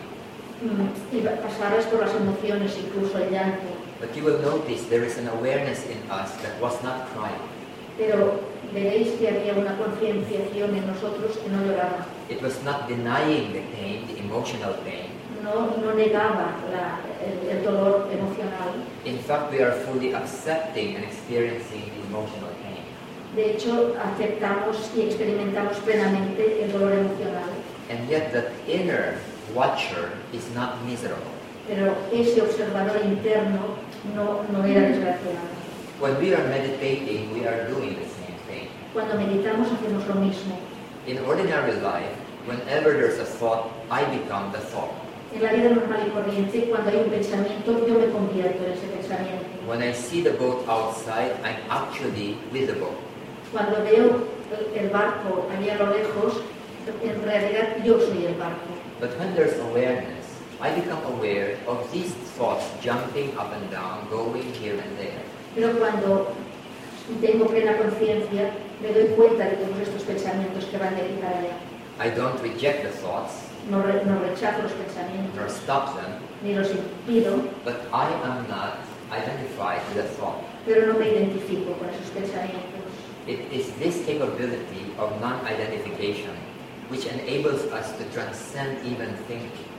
[SPEAKER 4] Mm, Y pasabas por las emociones, incluso el llanto.
[SPEAKER 3] but you will notice there is an awareness in us that was not crying.
[SPEAKER 4] Pero veréis que había una concienciación en nosotros que no lloraba,
[SPEAKER 3] It was not denying the pain, the emotional pain.
[SPEAKER 4] no, no negaba la- el, el dolor emocional.
[SPEAKER 3] In fact, we are fully accepting and experiencing the emotional pain.
[SPEAKER 4] De hecho, aceptamos y experimentamos plenamente el dolor emocional.
[SPEAKER 3] And yet that inner watcher is not miserable.
[SPEAKER 4] Pero ese observador interno no, no era desgraciado.
[SPEAKER 3] When we are meditating, we are doing the same thing.
[SPEAKER 4] Cuando meditamos hacemos lo mismo.
[SPEAKER 3] In ordinary life, whenever there's a thought, I become the thought.
[SPEAKER 4] En la vida normal y corriente, cuando hay un pensamiento, yo me convierto en ese pensamiento.
[SPEAKER 3] When I see the boat outside, I'm actually with the boat.
[SPEAKER 4] Cuando veo el- el barco allá a lo lejos, en realidad yo soy el barco.
[SPEAKER 3] But when there's awareness, I become aware of these thoughts jumping up and down, going here and there.
[SPEAKER 4] Pero cuando tengo plena conciencia, me doy cuenta de todos estos pensamientos que van de aquí para allá.
[SPEAKER 3] I don't reject the thoughts
[SPEAKER 4] No, re- no rechazo los pensamientos,
[SPEAKER 3] nor stop them,
[SPEAKER 4] ni los impido,
[SPEAKER 3] but I am not identified with the thought.
[SPEAKER 4] pero no me identifico con esos pensamientos.
[SPEAKER 3] It is this capability of non-identification which enables us to transcend even thinking.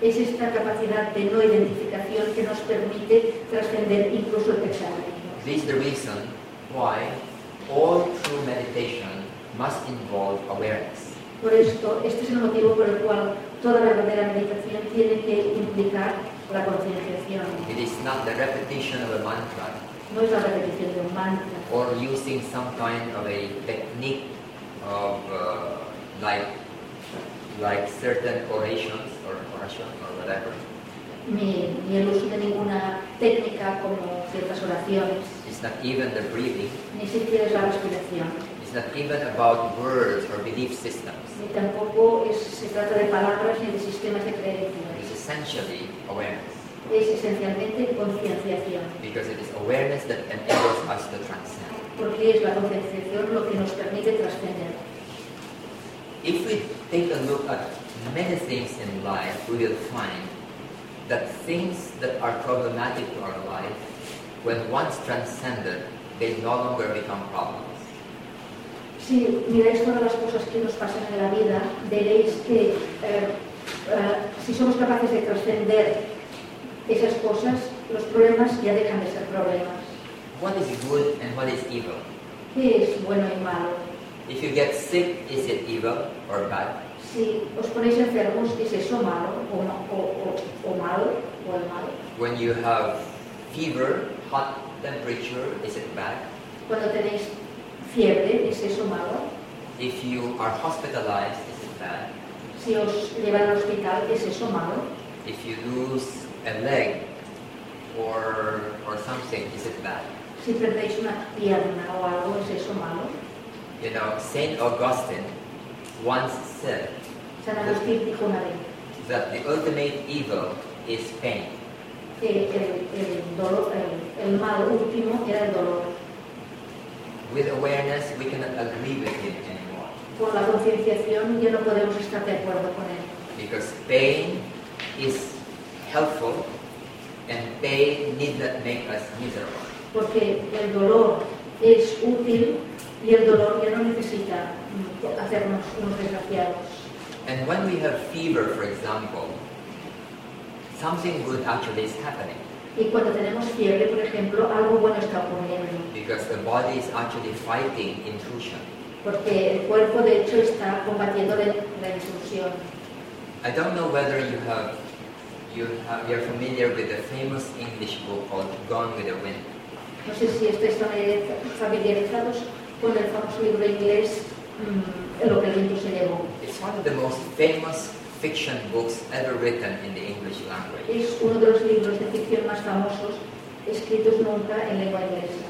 [SPEAKER 4] Es esta capacidad de no identificación que nos permite trascender incluso el pensamiento.
[SPEAKER 3] This is the reason why all true meditation must involve awareness.
[SPEAKER 4] Por esto, este es el motivo por el cual toda verdadera meditación tiene que implicar la concienciación.
[SPEAKER 3] It is not the repetition of a mantra
[SPEAKER 4] No es la repetición de un mantra
[SPEAKER 3] or using some kind of a technique of uh, like like certain orations or oration or whatever.
[SPEAKER 4] ni, ni el uso de ninguna técnica como ciertas oraciones,
[SPEAKER 3] It's not even the breathing.
[SPEAKER 4] ni siquiera es la respiración,
[SPEAKER 3] It's not even about words or belief systems.
[SPEAKER 4] ni tampoco es- se trata de palabras ni de sistemas de
[SPEAKER 3] It's
[SPEAKER 4] creencias.
[SPEAKER 3] essentially awareness
[SPEAKER 4] Es esencialmente concienciación,
[SPEAKER 3] because it is awareness that enables us to transcend.
[SPEAKER 4] porque es la concienciación lo que nos permite trascender.
[SPEAKER 3] If we take a look at many things in life, we will find that things that are problematic to our life, when once transcended, they no longer become problems.
[SPEAKER 4] Si miráis todas las cosas que nos pasan en la vida, veréis que eh, eh, si somos capaces de trascender esas cosas, los problemas ya dejan de ser problemas.
[SPEAKER 3] What is good and what is evil?
[SPEAKER 4] ¿Qué es bueno y malo?
[SPEAKER 3] If you get sick, is it evil or bad?
[SPEAKER 4] Si os ponéis enfermos, ¿es eso malo o, ma- o- o- o malo o el malo?
[SPEAKER 3] When you have fever, hot temperature, is it bad?
[SPEAKER 4] Cuando tenéis fiebre, ¿es eso malo?
[SPEAKER 3] If you are hospitalized, is it bad?
[SPEAKER 4] Si os llevan al hospital, ¿es eso malo?
[SPEAKER 3] If you lose a leg or, or something, is it bad?
[SPEAKER 4] Si perdéis una pierna o algo, ¿es eso malo?
[SPEAKER 3] You know, Saint Augustine once said
[SPEAKER 4] San Agustín dijo una vez
[SPEAKER 3] that the ultimate evil is pain.
[SPEAKER 4] que el, el dolor- el- el mal último era el dolor.
[SPEAKER 3] With awareness, we cannot agree with him anymore.
[SPEAKER 4] con la concienciación ya no podemos estar de acuerdo con él.
[SPEAKER 3] because pain is helpful and pain need not make us miserable.
[SPEAKER 4] Porque el dolor es útil y el dolor ya no necesita mm, hacernos unos desgraciados.
[SPEAKER 3] And when we have fever, for example, something good actually is happening
[SPEAKER 4] Y cuando tenemos fiebre, por ejemplo, algo bueno está ocurriendo.
[SPEAKER 3] because the body is actually fighting intrusion.
[SPEAKER 4] Porque el cuerpo, de hecho, está combatiendo la la intrusión.
[SPEAKER 3] I don't know whether you have you have you're familiar with the famous English book called Gone with the Wind.
[SPEAKER 4] No sé si estáis familiariza- familiarizados con el famoso libro inglés mm, Lo que el viento se llevó.
[SPEAKER 3] It's one of the most famous fiction books ever written in the English language.
[SPEAKER 4] Es uno de los libros de ficción más famosos escritos nunca en lengua inglesa.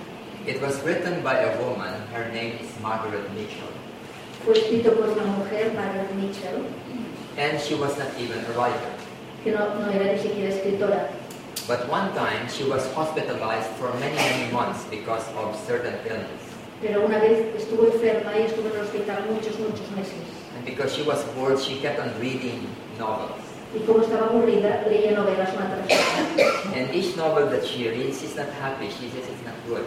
[SPEAKER 3] It was written by a woman, her name is Margaret Mitchell,
[SPEAKER 4] Fue escrito por una mujer, Margaret Mitchell,
[SPEAKER 3] and she was not even a writer.
[SPEAKER 4] que no, no era ni siquiera escritora.
[SPEAKER 3] But one time she was hospitalized for many, many months because of certain illness.
[SPEAKER 4] Pero una vez estuvo enferma y estuvo en el hospital muchos, muchos meses.
[SPEAKER 3] And because she was bored, she kept on reading novels.
[SPEAKER 4] Y como estaba aburrida, leía novelas una tras otra.
[SPEAKER 3] And each novel that she reads, she's not happy, she says it's not good.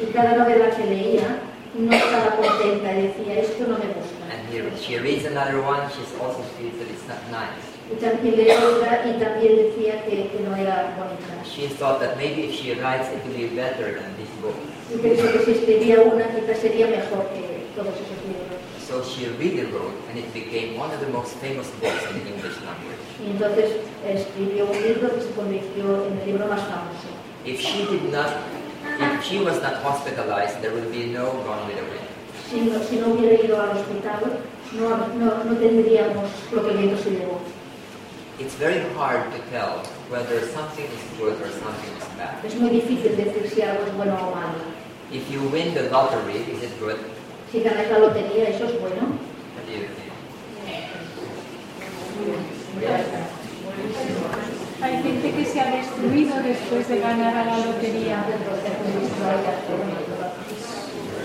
[SPEAKER 4] Y cada novela que leía no estaba contenta y decía, esto no me gusta.
[SPEAKER 3] And here she reads another one, she also feels that it's not nice.
[SPEAKER 4] Y también leía otra y también decía que, que no era bonita.
[SPEAKER 3] She thought that maybe if she writes, it will be better than this book.
[SPEAKER 4] Y pensé que [LAUGHS] si escribía una quizás sería mejor que todos esos libros.
[SPEAKER 3] So she really wrote, and it became one of the most famous books in the English language.
[SPEAKER 4] Y entonces escribió un libro que se convirtió en el libro más famoso.
[SPEAKER 3] If she did not, if she was not hospitalized, there would be no Gone with the Wind.
[SPEAKER 4] Si no, si no hubiera ido al hospital, no, no- no tendríamos lo que el viento se llevó.
[SPEAKER 3] It's very hard to tell whether something is good or something is bad.
[SPEAKER 4] Es muy difícil decir si algo es bueno o malo.
[SPEAKER 3] If you win the lottery, is it good?
[SPEAKER 4] Si ganáis la lotería, eso es bueno.
[SPEAKER 3] What do you think?
[SPEAKER 15] Hay gente que se ha destruido después de ganar a la lotería.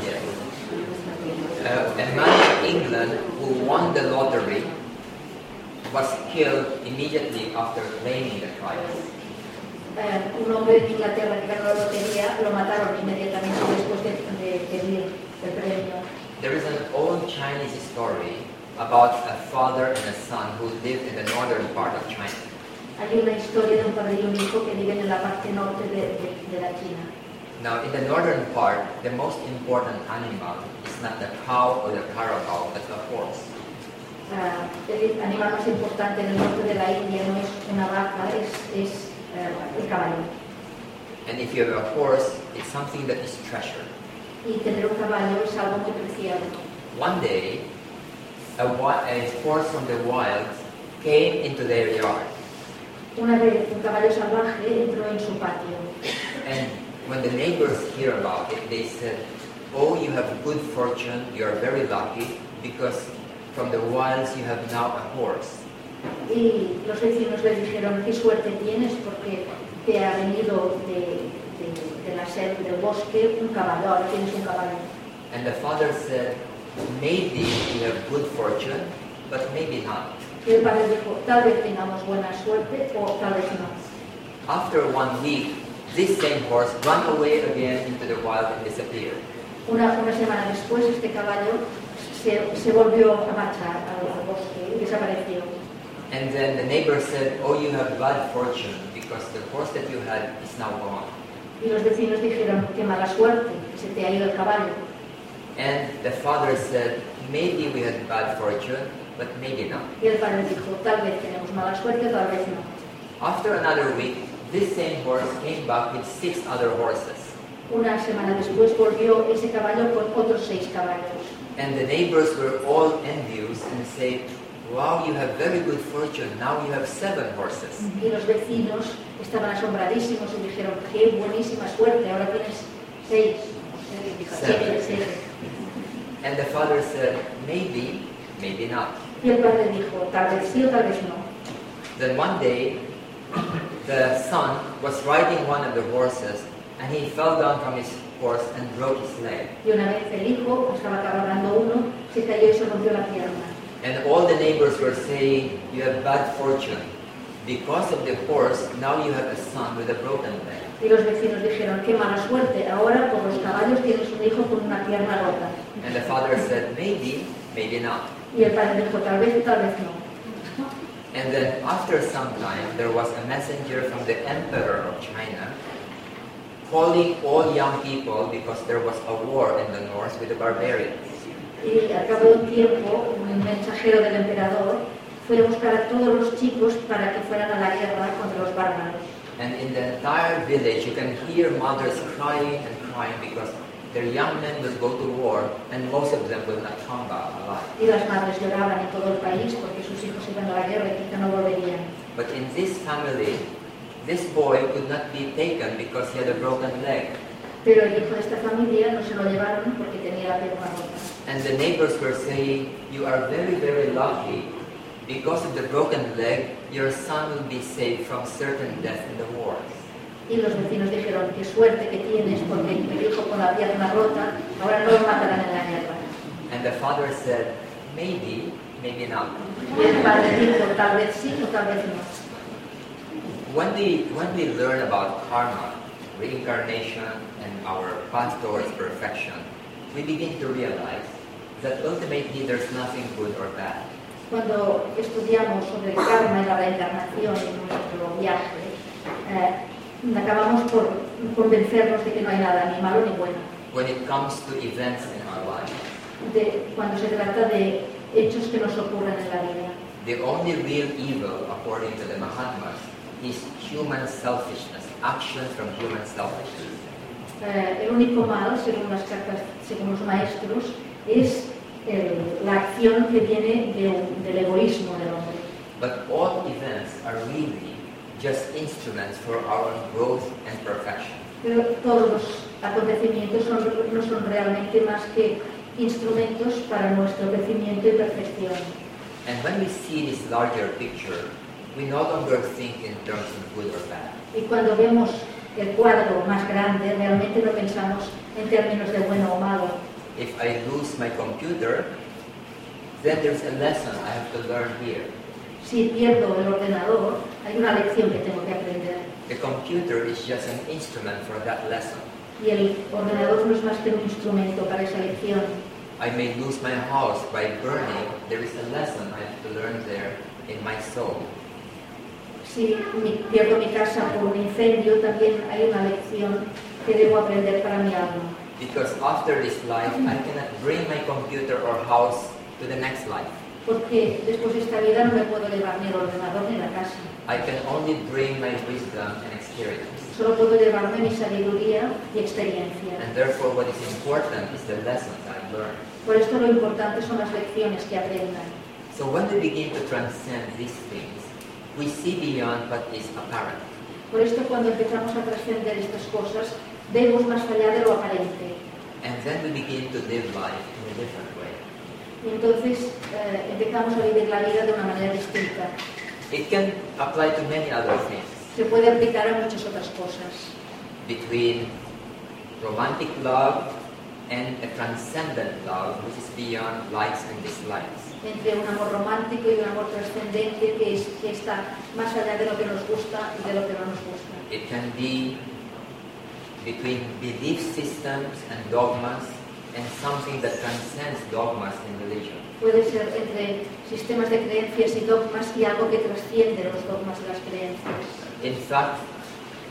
[SPEAKER 3] Yes. Uh, a man in England who won the lottery was killed immediately after claiming the prize.
[SPEAKER 4] Eh, un hombre de Inglaterra que ganó la lotería lo mataron inmediatamente después de de pedir el premio.
[SPEAKER 3] There is an old Chinese story about a father and a son who lived in the northern part of China.
[SPEAKER 4] Hay una historia de un padre y un hijo que viven en la parte norte de, de- de la China.
[SPEAKER 3] Now, in the northern part, the most important animal is not the cow or the carabao, but the horse.
[SPEAKER 4] Ah, el animal más importante en el norte de la India no es una vaca, es, es, eh, el caballo.
[SPEAKER 3] And if you have a horse, it's something that is treasured.
[SPEAKER 4] Y tener un caballo es algo muy preciado.
[SPEAKER 3] One day, a, wi- a horse from the wilds came into their yard.
[SPEAKER 4] Una vez un caballo salvaje entró en su patio
[SPEAKER 3] And when the neighbors hear about it, they said, Oh, you have good fortune, you are very lucky, because from the wilds you have now a horse.
[SPEAKER 4] y los vecinos le dijeron, qué suerte tienes porque te ha venido de, de- de la selva, del bosque, un caballo, ahora tienes un caballo.
[SPEAKER 3] And the father said, Maybe you have good fortune, but maybe not.
[SPEAKER 4] Y el padre dijo, tal vez tengamos buena suerte o tal vez no.
[SPEAKER 3] After one week, this same horse ran away again into the wild and disappeared.
[SPEAKER 4] Una, una semana después este caballo se, se volvió a marchar al, al bosque y desapareció.
[SPEAKER 3] And then the neighbor said, Oh, you have bad fortune because the horse that you had is now gone.
[SPEAKER 4] Y los vecinos dijeron, qué mala suerte, se te ha ido el caballo.
[SPEAKER 3] And the father said, Maybe we had bad fortune, but maybe not.
[SPEAKER 4] Y el padre dijo, tal vez tenemos mala suerte, tal vez no.
[SPEAKER 3] After another week, this same horse came back with six other horses.
[SPEAKER 4] Una semana después volvió ese caballo con otros seis caballos.
[SPEAKER 3] And the neighbors were all envious and said, Wow, you have very good fortune. Now you have seven horses.
[SPEAKER 4] Y los vecinos estaban asombradísimos y dijeron, qué buenísima suerte, ahora tienes seis.
[SPEAKER 3] Siete.
[SPEAKER 4] Siete, siete.
[SPEAKER 3] And the father said, Maybe, maybe not.
[SPEAKER 4] Y el padre dijo, tal vez sí o tal vez no.
[SPEAKER 3] Then one day, the son was riding one of the horses And he fell down from his horse and broke his leg.
[SPEAKER 4] Y una vez el hijo, estaba cabalgando uno, se cayó y se rompió la pierna.
[SPEAKER 3] And all the neighbors were saying, You have bad fortune. Because of the horse, now you have a son with a broken leg.
[SPEAKER 4] Y los vecinos dijeron, qué mala suerte, ahora por los caballos tienes un hijo con una pierna rota.
[SPEAKER 3] And the father said, Maybe, maybe not.
[SPEAKER 4] Y el padre dijo, tal vez y tal vez no.
[SPEAKER 3] And then after some time, there was a messenger from the emperor of China calling all young people because there was a war in the north with the barbarians.
[SPEAKER 4] Y al cabo de un tiempo, un mensajero del emperador fue a buscar a todos los chicos para que fueran a la guerra contra los bárbaros.
[SPEAKER 3] And in the entire village, you can hear mothers crying and crying because their young men will go to war and most of them will not come back alive.
[SPEAKER 4] Y las madres lloraban en todo el país porque sus hijos iban a la guerra y quizá no volverían.
[SPEAKER 3] But in this family, this boy could not be taken because he had a broken leg.
[SPEAKER 4] Pero el hijo de esta familia no se lo llevaron porque tenía la pierna rota.
[SPEAKER 3] And the neighbors were saying, You are very, very lucky. Because of the broken leg, your son will be saved from certain death in the war.
[SPEAKER 4] Y los vecinos dijeron, qué suerte que tienes porque el hijo con la pierna rota ahora no lo matarán en la guerra.
[SPEAKER 3] And the father said, Maybe, maybe not.
[SPEAKER 4] Y el padre dijo, tal vez sí o tal vez no.
[SPEAKER 3] When we, when we learn about karma, reincarnation, and our path towards perfection, we begin to realize that ultimately there's nothing good or bad.
[SPEAKER 4] Cuando estudiamos sobre el karma y la reencarnación en nuestro viaje, eh, acabamos por convencernos de que no hay nada ni malo ni bueno.
[SPEAKER 3] When it comes to events in our life,
[SPEAKER 4] De- cuando se trata de hechos que nos ocurren en la vida.
[SPEAKER 3] the only real evil, according to the Mahatmas, is human selfishness, action from human selfishness.
[SPEAKER 4] Eh, el único mal, según las cartas, según los maestros, es el- la acción que viene de un- del egoísmo del hombre.
[SPEAKER 3] But all events are really just instruments for our own growth and perfection.
[SPEAKER 4] Pero todos los acontecimientos son- no son realmente más que instrumentos para nuestro crecimiento y perfección.
[SPEAKER 3] And when we see this larger picture, we no longer think in terms of good or bad.
[SPEAKER 4] Y cuando vemos el cuadro más grande, realmente no pensamos en términos de bueno o malo.
[SPEAKER 3] If I lose my computer, then there's a lesson I have to learn here.
[SPEAKER 4] Si pierdo el ordenador, hay una lección que tengo que aprender.
[SPEAKER 3] The computer is just an instrument for that lesson.
[SPEAKER 4] Y el ordenador no es más que un instrumento para esa lección.
[SPEAKER 3] I may lose my house by burning. There is a lesson I have to learn there in my soul.
[SPEAKER 4] Si mi- pierdo mi casa por un incendio, también hay una lección que debo aprender para mi alma.
[SPEAKER 3] Because after this life, I cannot bring my computer or house to the next life.
[SPEAKER 4] Porque después de esta vida no me puedo llevar ni el ordenador ni la casa.
[SPEAKER 3] I can only bring my wisdom and experience.
[SPEAKER 4] Solo puedo llevarme mi sabiduría y experiencia.
[SPEAKER 3] And therefore, what is important is the lessons I've learned.
[SPEAKER 4] Por esto lo importante son las lecciones que aprendan.
[SPEAKER 3] So when we begin to transcend these things, we see beyond what is apparent.
[SPEAKER 4] Por esto cuando empezamos a trascender estas cosas, vemos más allá de lo aparente.
[SPEAKER 3] And then we begin to live life in a different way.
[SPEAKER 4] Y entonces eh, empezamos a vivir la vida de una manera distinta.
[SPEAKER 3] It can apply to many other things,
[SPEAKER 4] Se puede aplicar a muchas otras cosas.
[SPEAKER 3] between romantic love and a transcendent love, which is beyond likes and dislikes.
[SPEAKER 4] entre un amor romántico y un amor trascendente que, es- que está más allá de lo que nos gusta y de lo que no nos gusta.
[SPEAKER 3] It can be between belief systems and dogmas and something that transcends dogmas in religion.
[SPEAKER 4] Puede ser entre sistemas de creencias y dogmas y algo que trasciende los dogmas de las creencias.
[SPEAKER 3] In fact,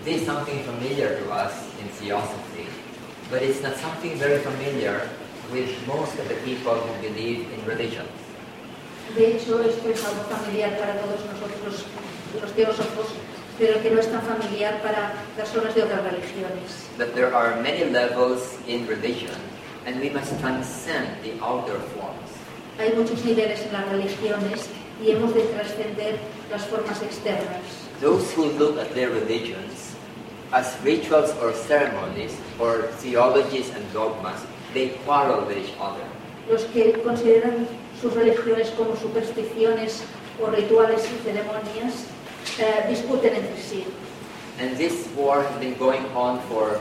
[SPEAKER 3] this is something familiar to us in theosophy, but it's not something very familiar with most of the people who believe in religion.
[SPEAKER 4] De hecho, esto es algo familiar para todos nosotros los, los teósofos, pero que no es tan familiar para personas de otras religiones.
[SPEAKER 3] That there are many levels in religion, and we must transcend the outer forms.
[SPEAKER 4] Hay muchos niveles en las religiones y hemos de trascender las formas externas.
[SPEAKER 3] Those who look at their religions as rituals or ceremonies or theologies and dogmas, they quarrel with each other.
[SPEAKER 4] los que consideran sus religiones como supersticiones o rituales y ceremonias eh, discuten entre sí.
[SPEAKER 3] And this war has been going on for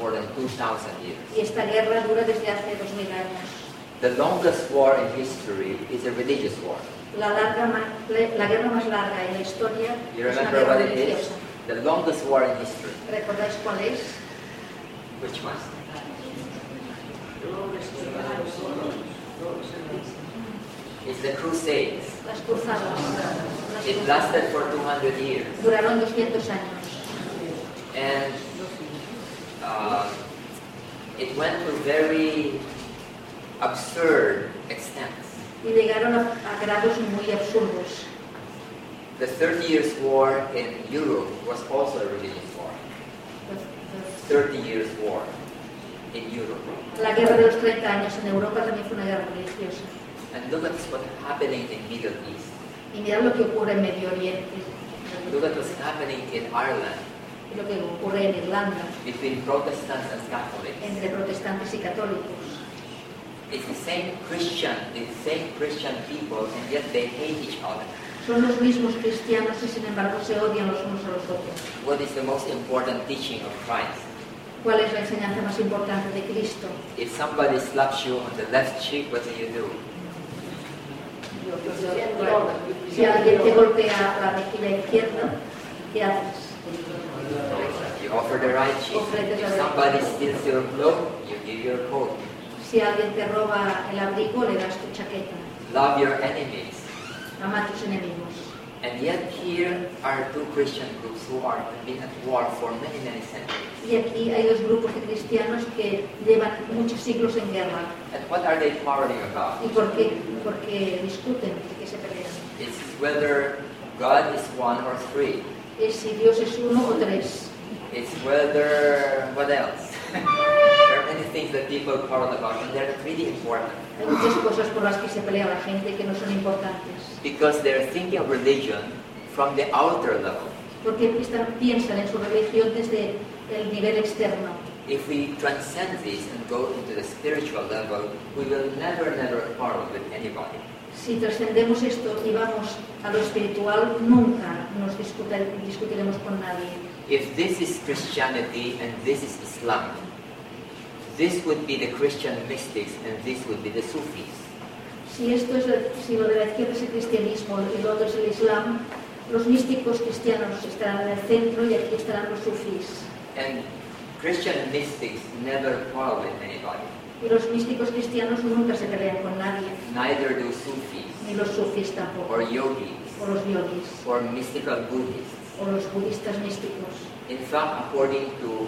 [SPEAKER 3] more than 2,000 years.
[SPEAKER 4] Y esta guerra dura desde hace 2000 años.
[SPEAKER 3] The longest war in history is a religious war.
[SPEAKER 4] La, larga ma- la- la guerra más larga en la historia
[SPEAKER 3] You
[SPEAKER 4] es una
[SPEAKER 3] remember
[SPEAKER 4] guerra
[SPEAKER 3] what it is?
[SPEAKER 4] religiosa.
[SPEAKER 3] The longest war in history.
[SPEAKER 4] ¿Recordáis cuál es?
[SPEAKER 3] Which one? It's the Crusades.
[SPEAKER 4] Las cruzadas. Las
[SPEAKER 3] It
[SPEAKER 4] cruzadas.
[SPEAKER 3] lasted for 200 years.
[SPEAKER 4] Duraron 200 años.
[SPEAKER 3] And uh, it went to very absurd extents.
[SPEAKER 4] y llegaron a, a grados muy absurdos.
[SPEAKER 3] The Thirty Years' War in Europe was also a religious war.
[SPEAKER 4] Pues,
[SPEAKER 3] Thirty Years' War in Europe.
[SPEAKER 4] La guerra de los 30 años en Europa también fue una guerra religiosa.
[SPEAKER 3] And look at what's happening in Middle East.
[SPEAKER 4] Y mirad lo que ocurre en Medio Oriente,
[SPEAKER 3] Look at what's happening in Ireland
[SPEAKER 4] lo que ocurre en Irlanda,
[SPEAKER 3] between Protestants and Catholics.
[SPEAKER 4] entre protestantes y católicos.
[SPEAKER 3] It's the same Christian, the same Christian people, and yet they hate each other.
[SPEAKER 4] Son los mismos cristianos y sin embargo se odian los unos a los otros.
[SPEAKER 3] What is the most important teaching of Christ?
[SPEAKER 4] ¿Cuál es la enseñanza más importante de Cristo?
[SPEAKER 3] If somebody slaps you on the left cheek, what do you do?
[SPEAKER 4] Si alguien te golpea la mejilla izquierda, ¿qué haces?
[SPEAKER 3] You offer the right cheek. If somebody steals your cloak, you give your coat.
[SPEAKER 4] Si alguien te roba el abrigo, le das tu chaqueta.
[SPEAKER 3] Love your enemies.
[SPEAKER 4] Ama a tus enemigos.
[SPEAKER 3] And yet here are two Christian groups who are have been at war for many, many centuries.
[SPEAKER 4] Y aquí hay dos grupos de cristianos que llevan muchos siglos en guerra.
[SPEAKER 3] And what are they quarreling about?
[SPEAKER 4] ¿Y por qué? Porque discuten, porque se pelean.
[SPEAKER 3] It's whether God is one or three.
[SPEAKER 4] Es si Dios es uno o tres.
[SPEAKER 3] It's whether what else? [LAUGHS] there are many things that people quarrel about, and they're really important
[SPEAKER 4] Hay muchas cosas por las que se pelea la gente que no son importantes.
[SPEAKER 3] because they're thinking of religion from the outer level.
[SPEAKER 4] Porque están- piensan en su religión desde el nivel externo.
[SPEAKER 3] If we transcend this and go into the spiritual level, we will never, never quarrel with anybody.
[SPEAKER 4] Si trascendemos esto y vamos a lo espiritual, nunca nos discuta- discutiremos con nadie.
[SPEAKER 3] If this is Christianity and this is Islam, this would be the Christian mystics and this would be the Sufis.
[SPEAKER 4] Si, esto es, el- si lo de la izquierda es el cristianismo y lo otro es el islam, los místicos cristianos estarán en el centro y aquí estarán los sufís.
[SPEAKER 3] And Christian mystics never quarrel with anybody,
[SPEAKER 4] Y los místicos cristianos nunca se pelean con nadie,
[SPEAKER 3] neither do Sufis.
[SPEAKER 4] ni los sufís tampoco,
[SPEAKER 3] or yogis,
[SPEAKER 4] o los yogis,
[SPEAKER 3] or mystical Buddhists.
[SPEAKER 4] o los budistas místicos.
[SPEAKER 3] In fact, according to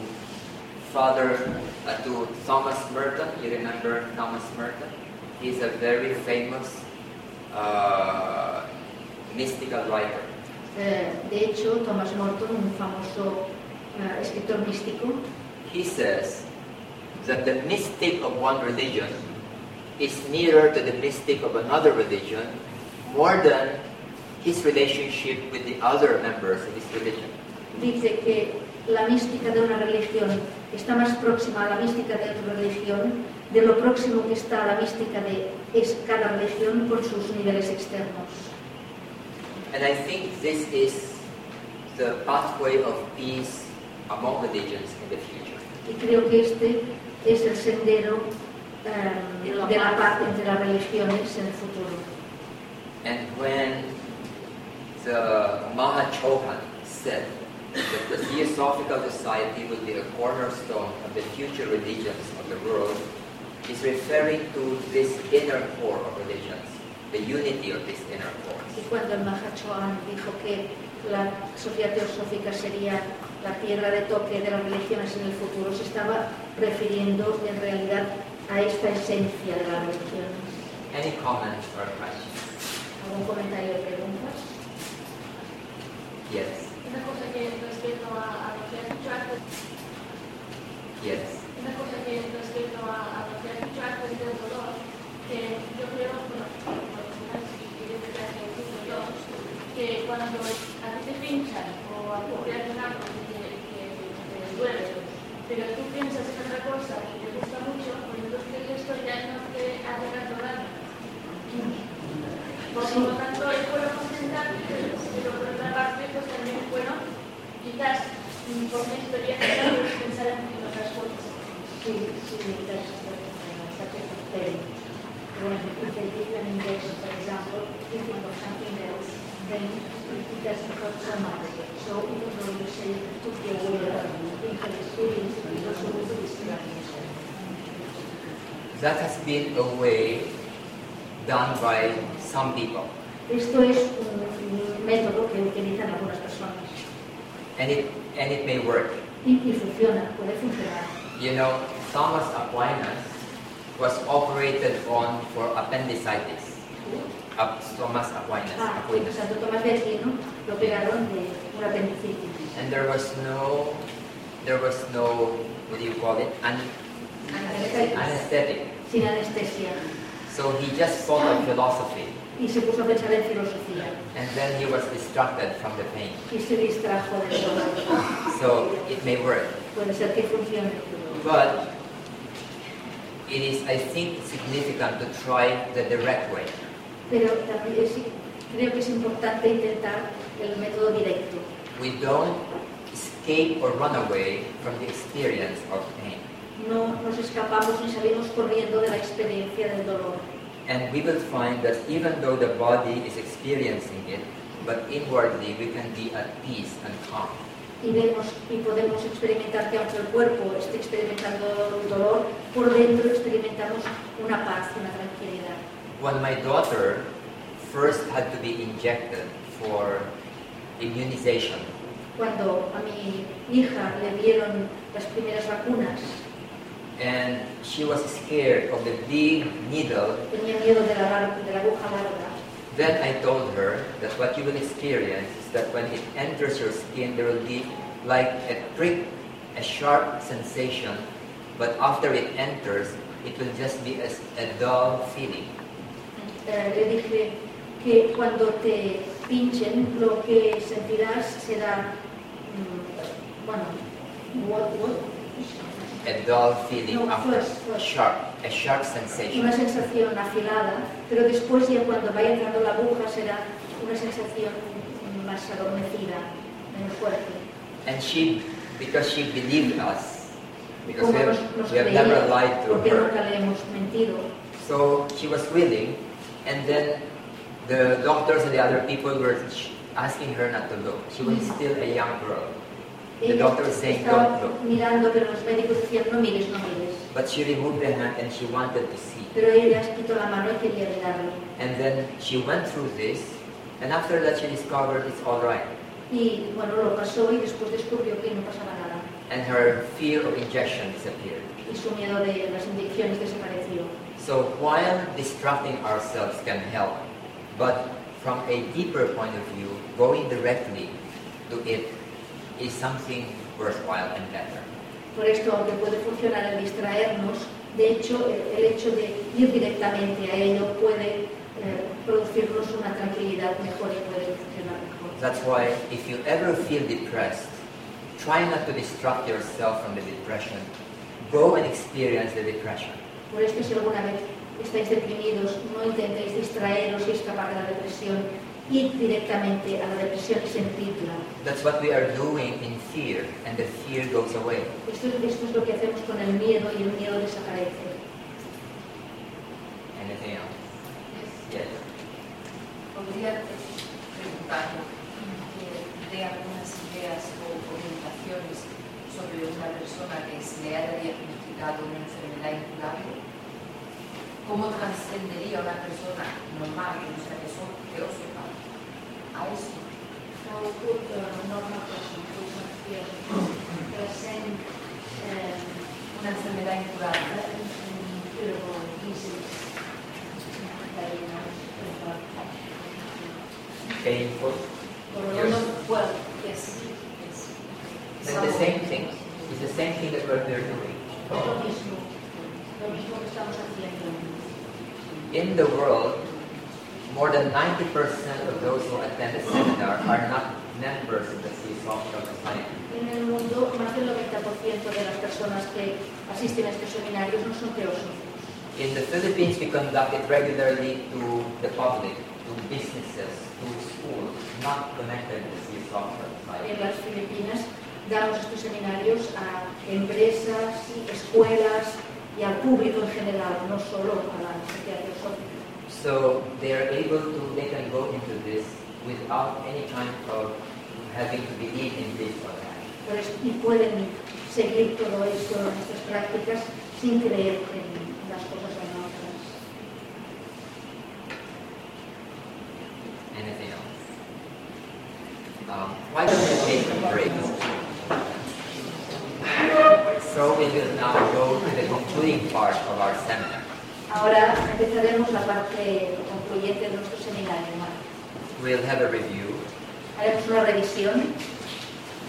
[SPEAKER 3] Father, uh, to Thomas Merton, you remember Thomas Merton? He's a very famous uh, mystical writer.
[SPEAKER 4] Eh, de hecho, Thomas Morton, un famoso eh, escritor místico,
[SPEAKER 3] He says that the mystic of one religion is nearer to the mystic of another religion more than his relationship with the other members of his religion.
[SPEAKER 4] dice que la mística de una religión está más próxima a la mística de otra religión de lo próximo que está a la mística de es cada religión con sus niveles externos.
[SPEAKER 3] And I think this is the pathway of peace among religions in the future.
[SPEAKER 4] Y creo que este es el sendero eh, de la paz entre las religiones en el futuro.
[SPEAKER 3] And when the Mahachohan said that the Theosophical Society will be a cornerstone of the future religions of the world, is referring to this inner core of religions, the unity of this inner
[SPEAKER 4] Y
[SPEAKER 3] core.
[SPEAKER 4] cuando el Mahachohan dijo que la sociedad teosófica sería la piedra de toque de las religiones en el futuro, se estaba refiriendo en realidad a esta esencia de las religiones.
[SPEAKER 3] Any comments or questions?
[SPEAKER 4] ¿Algún comentario de preguntas?
[SPEAKER 3] Yes,
[SPEAKER 16] Una cosa que respecto a, a lo que has dicho antes,
[SPEAKER 3] yes.
[SPEAKER 16] una cosa que respecto a, a lo que has dicho antes del dolor, que yo creo, bueno, por ejemplo, si quieres que haya dicho yo, que cuando a ti te pinchan o a ti te hacen algo que te, que te duele, pero tú piensas en otra cosa que te gusta mucho, pues entonces esto ya no te hace tanto daño. Por lo tanto, es bueno concentrarse, pero por otra parte, pues también es bueno quizás gustaría que pensar en otras cosas.
[SPEAKER 4] Sí, sí, gracias for such a very when if they did an injection, for example, thinking of something else, then it doesn't hurt so much. So even though you say you took the away of clinical experience, it also will be distracting yourself.
[SPEAKER 3] That has been a way done by some people,
[SPEAKER 4] Esto es un, un método que utilizan algunas personas
[SPEAKER 3] and it and it may work.
[SPEAKER 4] y, y funciona, puede funcionar.
[SPEAKER 3] You know, Thomas Aquinas was operated on for appendicitis. Ap- Thomas Aquinas,
[SPEAKER 4] Ah, y
[SPEAKER 3] Aquinas.
[SPEAKER 4] Santo Tomás de Aquino lo operaron de un apendicitis.
[SPEAKER 3] And there was no, there was no, what do you call it, An- anesthetic.
[SPEAKER 4] sin anestesia
[SPEAKER 3] So he just followed philosophy,
[SPEAKER 4] y se puso a pensar en filosofía
[SPEAKER 3] and then he was distracted from the pain.
[SPEAKER 4] y se distrajo de todo.
[SPEAKER 3] So it may work,
[SPEAKER 4] Puede ser que funcione. pero-
[SPEAKER 3] but it is, I think, significant to try the direct way.
[SPEAKER 4] Pero también es- creo que es importante intentar el método directo.
[SPEAKER 3] We don't escape or run away from the experience of pain,
[SPEAKER 4] No nos escapamos ni salimos corriendo de la experiencia del dolor.
[SPEAKER 3] and we will find that even though the body is experiencing it, but inwardly we can be at peace and calm.
[SPEAKER 4] Y, vemos, y podemos experimentar que aunque el cuerpo esté experimentando un dolor, por dentro experimentamos una paz, una tranquilidad.
[SPEAKER 3] When my daughter first had to be injected for immunization,
[SPEAKER 4] Cuando a mi hija le dieron las primeras vacunas,
[SPEAKER 3] and she was scared of the big needle,
[SPEAKER 4] tenía miedo de la, lar- de la aguja larga.
[SPEAKER 3] then I told her that what you will experience is that when it enters your skin, there will be like a prick, a sharp sensation, but after it enters, it will just be a, s- a dull feeling.
[SPEAKER 4] Eh, le dije que cuando te pinchen, lo que sentirás será, mm, bueno, what- what?
[SPEAKER 3] A dull feeling
[SPEAKER 4] No,
[SPEAKER 3] after
[SPEAKER 4] first, first.
[SPEAKER 3] sharp, a sharp
[SPEAKER 4] una
[SPEAKER 3] sensation.
[SPEAKER 4] sensación afilada, pero después ya cuando vaya entrando la aguja será una sensación más adormecida, menos fuerte.
[SPEAKER 3] And she, because she believed us, because we
[SPEAKER 4] Como nos,
[SPEAKER 3] have,
[SPEAKER 4] nos
[SPEAKER 3] we have never
[SPEAKER 4] creía,
[SPEAKER 3] lied to
[SPEAKER 4] porque
[SPEAKER 3] her.
[SPEAKER 4] nunca le hemos mentido.
[SPEAKER 3] So she was willing, and then the doctors and the other people were sh- asking her not to look. She was still a young girl. The
[SPEAKER 4] Ella
[SPEAKER 3] doctor was saying,
[SPEAKER 4] estaba
[SPEAKER 3] don't look.
[SPEAKER 4] mirando, pero los médicos decían, no mires, no mires.
[SPEAKER 3] But she removed the hand and she wanted to see.
[SPEAKER 4] Pero ella quitó la mano y quería mirarlo.
[SPEAKER 3] And then she went through this, and after that she discovered it's all right.
[SPEAKER 4] Y bueno, lo pasó y después descubrió que no pasaba nada.
[SPEAKER 3] And her fear of injection disappeared.
[SPEAKER 4] Y su miedo de las inyecciones desapareció.
[SPEAKER 3] So while distracting ourselves can help, but from a deeper point of view, going directly to it is something worthwhile and better.
[SPEAKER 4] Por esto, aunque puede funcionar el distraernos, de hecho, el, el hecho de ir directamente a ello puede eh, producirnos una tranquilidad mejor y puede funcionar mejor.
[SPEAKER 3] That's why if you ever feel depressed, try not to distract yourself from the depression. Go and experience the depression.
[SPEAKER 4] Por esto, si alguna vez estáis deprimidos, no intentéis distraeros y escapar de la depresión, ir directamente a la depresión y sentirla.
[SPEAKER 3] That's what we are doing in fear, and the fear goes away.
[SPEAKER 4] Esto, es- esto es lo que hacemos con el miedo y el miedo desaparece.
[SPEAKER 3] Anything else? Yes.
[SPEAKER 14] Podría preguntarlo eh, de algunas ideas o orientaciones sobre una persona que se le haya diagnosticado una enfermedad incurable. ¿Cómo trascendería una persona normal que no sea que son que lo sepa a eso?
[SPEAKER 12] How could a normal
[SPEAKER 4] pues,
[SPEAKER 12] person who is not here present
[SPEAKER 4] eh,
[SPEAKER 12] um,
[SPEAKER 14] Una enfermedad incurable.
[SPEAKER 12] incurable disease diagnosed with a-
[SPEAKER 3] Painful.
[SPEAKER 12] or
[SPEAKER 3] Yes.
[SPEAKER 12] not well? Yes. Yes.
[SPEAKER 3] It's the same thing. It's the same thing that what we are doing.
[SPEAKER 12] Es lo mismo, lo mismo que estamos haciendo.
[SPEAKER 3] In the world, more than 90% of those who attend the seminar are not members of the Theosophical Society.
[SPEAKER 4] En el mundo, más del 90% de las personas que asisten a estos seminarios no son teósofos.
[SPEAKER 3] In the Philippines, we conduct it regularly to the public, to businesses, to schools, not connected to the Theosophical
[SPEAKER 4] En
[SPEAKER 3] Society.
[SPEAKER 4] las Filipinas damos estos seminarios a empresas, escuelas y al público en general, no solo a la sociedad filosófica.
[SPEAKER 3] So they are able to they can go into this without any kind of having to believe in this or that.
[SPEAKER 4] Por eso- Y pueden seguir todo esto, estas prácticas, sin creer en las cosas anómalas.
[SPEAKER 3] Anything else? Um, why don't we take a break? So we will now go to the concluding part of our seminar.
[SPEAKER 4] Ahora empezaremos la parte concluyente de nuestro seminario. ¿no?
[SPEAKER 3] We'll have a review.
[SPEAKER 4] Haremos una revisión.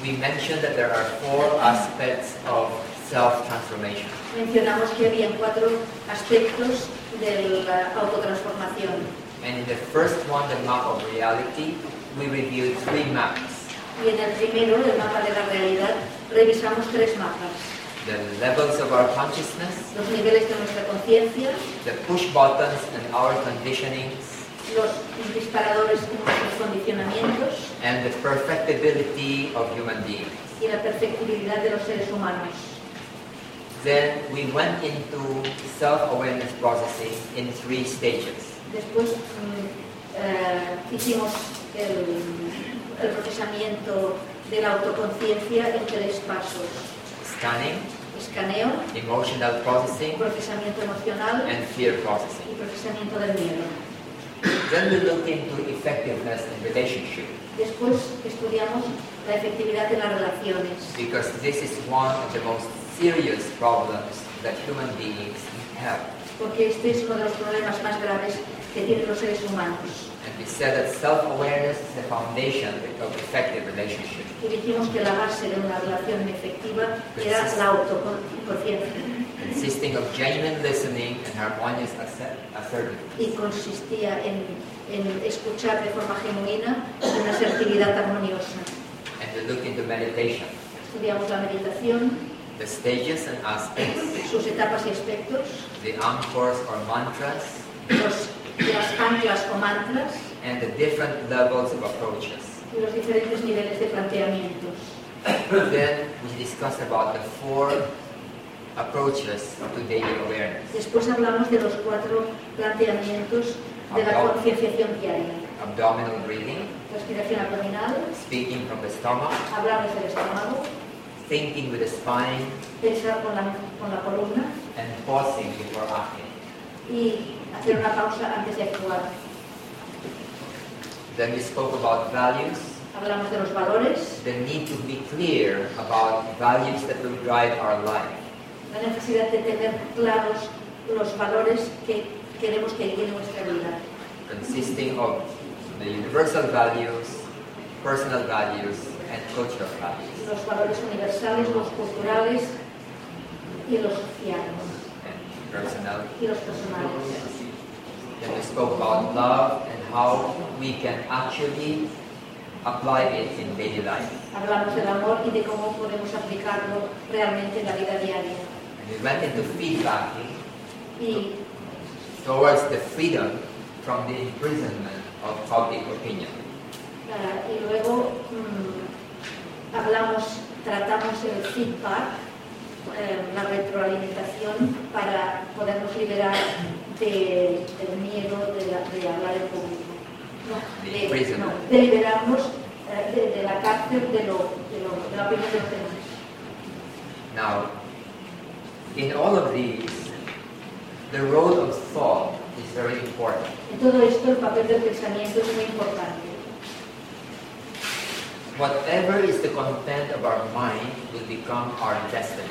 [SPEAKER 3] We mentioned that there are four aspects of self-transformation.
[SPEAKER 4] Mencionamos que había cuatro aspectos de la autotransformación.
[SPEAKER 3] And in the first one, the map of reality, we reviewed three maps.
[SPEAKER 4] Y en el primero, el mapa de la realidad, revisamos tres mapas.
[SPEAKER 3] The levels of our consciousness,
[SPEAKER 4] Los niveles de nuestra conciencia,
[SPEAKER 3] the push buttons and our conditionings,
[SPEAKER 4] los disparadores y nuestros condicionamientos
[SPEAKER 3] and the perfectibility of human beings.
[SPEAKER 4] y la perfectibilidad de los seres humanos.
[SPEAKER 3] Then we went into self-awareness processing in three stages.
[SPEAKER 4] Después mm, eh, hicimos el, el procesamiento de la autoconciencia en tres pasos.
[SPEAKER 3] Scanning,
[SPEAKER 4] Escaneo,
[SPEAKER 3] emotional processing,
[SPEAKER 4] procesamiento emocional
[SPEAKER 3] and fear processing.
[SPEAKER 4] y procesamiento del miedo.
[SPEAKER 3] Then we looked into effectiveness in relationship
[SPEAKER 4] Después estudiamos la efectividad de las relaciones,
[SPEAKER 3] because this is one of the most serious problems that human beings have.
[SPEAKER 4] porque este es uno de los problemas más graves que tienen los seres humanos.
[SPEAKER 3] And we said that self-awareness is the foundation of effective relationship.
[SPEAKER 4] Y dijimos que la base de una relación efectiva era la autoconciencia
[SPEAKER 3] consisting of genuine listening and harmonious asser- assertiveness.
[SPEAKER 4] y consistía en, en escuchar de forma genuina y una asertividad armoniosa.
[SPEAKER 3] And we looked into meditation,
[SPEAKER 4] Estudiamos la meditación,
[SPEAKER 3] the stages and aspects,
[SPEAKER 4] sus etapas y aspectos,
[SPEAKER 3] the anchors or mantras,
[SPEAKER 4] los- las anclas o mantras
[SPEAKER 3] and the different levels of approaches.
[SPEAKER 4] y los diferentes niveles de planteamientos.
[SPEAKER 3] then we discussed about the four approaches to daily awareness,
[SPEAKER 4] Después hablamos de los cuatro planteamientos de la concienciación diaria.
[SPEAKER 3] abdominal breathing,
[SPEAKER 4] Respiración abdominal,
[SPEAKER 3] speaking from the stomach,
[SPEAKER 4] hablar desde el estómago,
[SPEAKER 3] thinking with the spine,
[SPEAKER 4] pensar con la, con la columna
[SPEAKER 3] and pausing before acting.
[SPEAKER 4] y hacer una pausa antes de actuar.
[SPEAKER 3] Then we spoke about values,
[SPEAKER 4] Hablamos de los valores,
[SPEAKER 3] the need to be clear about values that will drive our life.
[SPEAKER 4] la necesidad de tener claros los valores que queremos que guíen nuestra vida,
[SPEAKER 3] consisting of the universal values, personal values, and cultural values.
[SPEAKER 4] los valores universales, los culturales y los sociales
[SPEAKER 3] And personal.
[SPEAKER 4] y los personales.
[SPEAKER 3] Then we spoke about love and how we can actually apply it in daily life.
[SPEAKER 4] Hablamos del amor y de cómo podemos aplicarlo realmente en la vida diaria.
[SPEAKER 3] And we went into feedback
[SPEAKER 4] Y
[SPEAKER 3] towards the freedom from the imprisonment of public opinion.
[SPEAKER 4] Ah, y luego mm, hablamos, tratamos el feedback, eh, la retroalimentación, para podernos liberar de- del miedo de, la- de hablar en público. No,
[SPEAKER 3] De imprisonment.
[SPEAKER 4] no, de liberarnos eh, de, de la cárcel de, lo, de, lo- de la opinión de los demás.
[SPEAKER 3] Now, in all of these, the role of thought is very important.
[SPEAKER 4] En todo esto, el papel del pensamiento es muy importante.
[SPEAKER 3] Whatever is the content of our mind will become our destiny.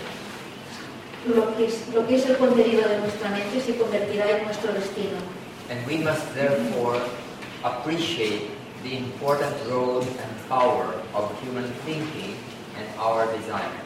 [SPEAKER 4] Lo que, es, lo que es el contenido de nuestra mente se convertirá en nuestro destino.
[SPEAKER 3] And we must therefore appreciate the important role and power of human thinking and our desires.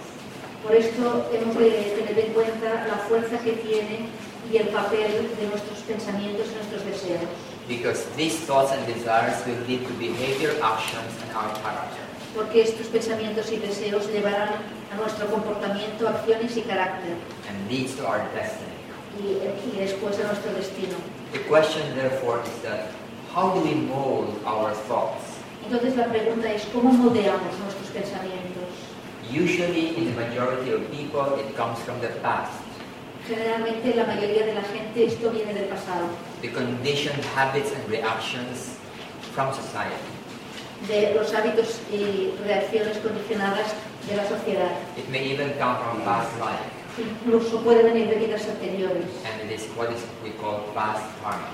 [SPEAKER 4] Por esto hemos de tener en cuenta la fuerza que tiene y el papel de nuestros pensamientos y nuestros deseos.
[SPEAKER 3] Because these thoughts and desires will lead to behavior, actions, and our character.
[SPEAKER 4] Porque estos pensamientos y deseos llevarán a nuestro comportamiento, acciones y carácter
[SPEAKER 3] And leads to our destiny.
[SPEAKER 4] y, y después a nuestro destino.
[SPEAKER 3] The question therefore is that how do we mold our thoughts?
[SPEAKER 4] Entonces la pregunta es, ¿cómo moldeamos nuestros pensamientos?
[SPEAKER 3] Usually, in the majority of people, it comes from the past.
[SPEAKER 4] Generalmente la mayoría de la gente esto viene del pasado,
[SPEAKER 3] the conditioned habits and reactions from society.
[SPEAKER 4] de los hábitos y reacciones condicionadas de la sociedad.
[SPEAKER 3] It may even come from past life,
[SPEAKER 4] Incluso puede venir de vidas anteriores.
[SPEAKER 3] and it is what is we call past karma.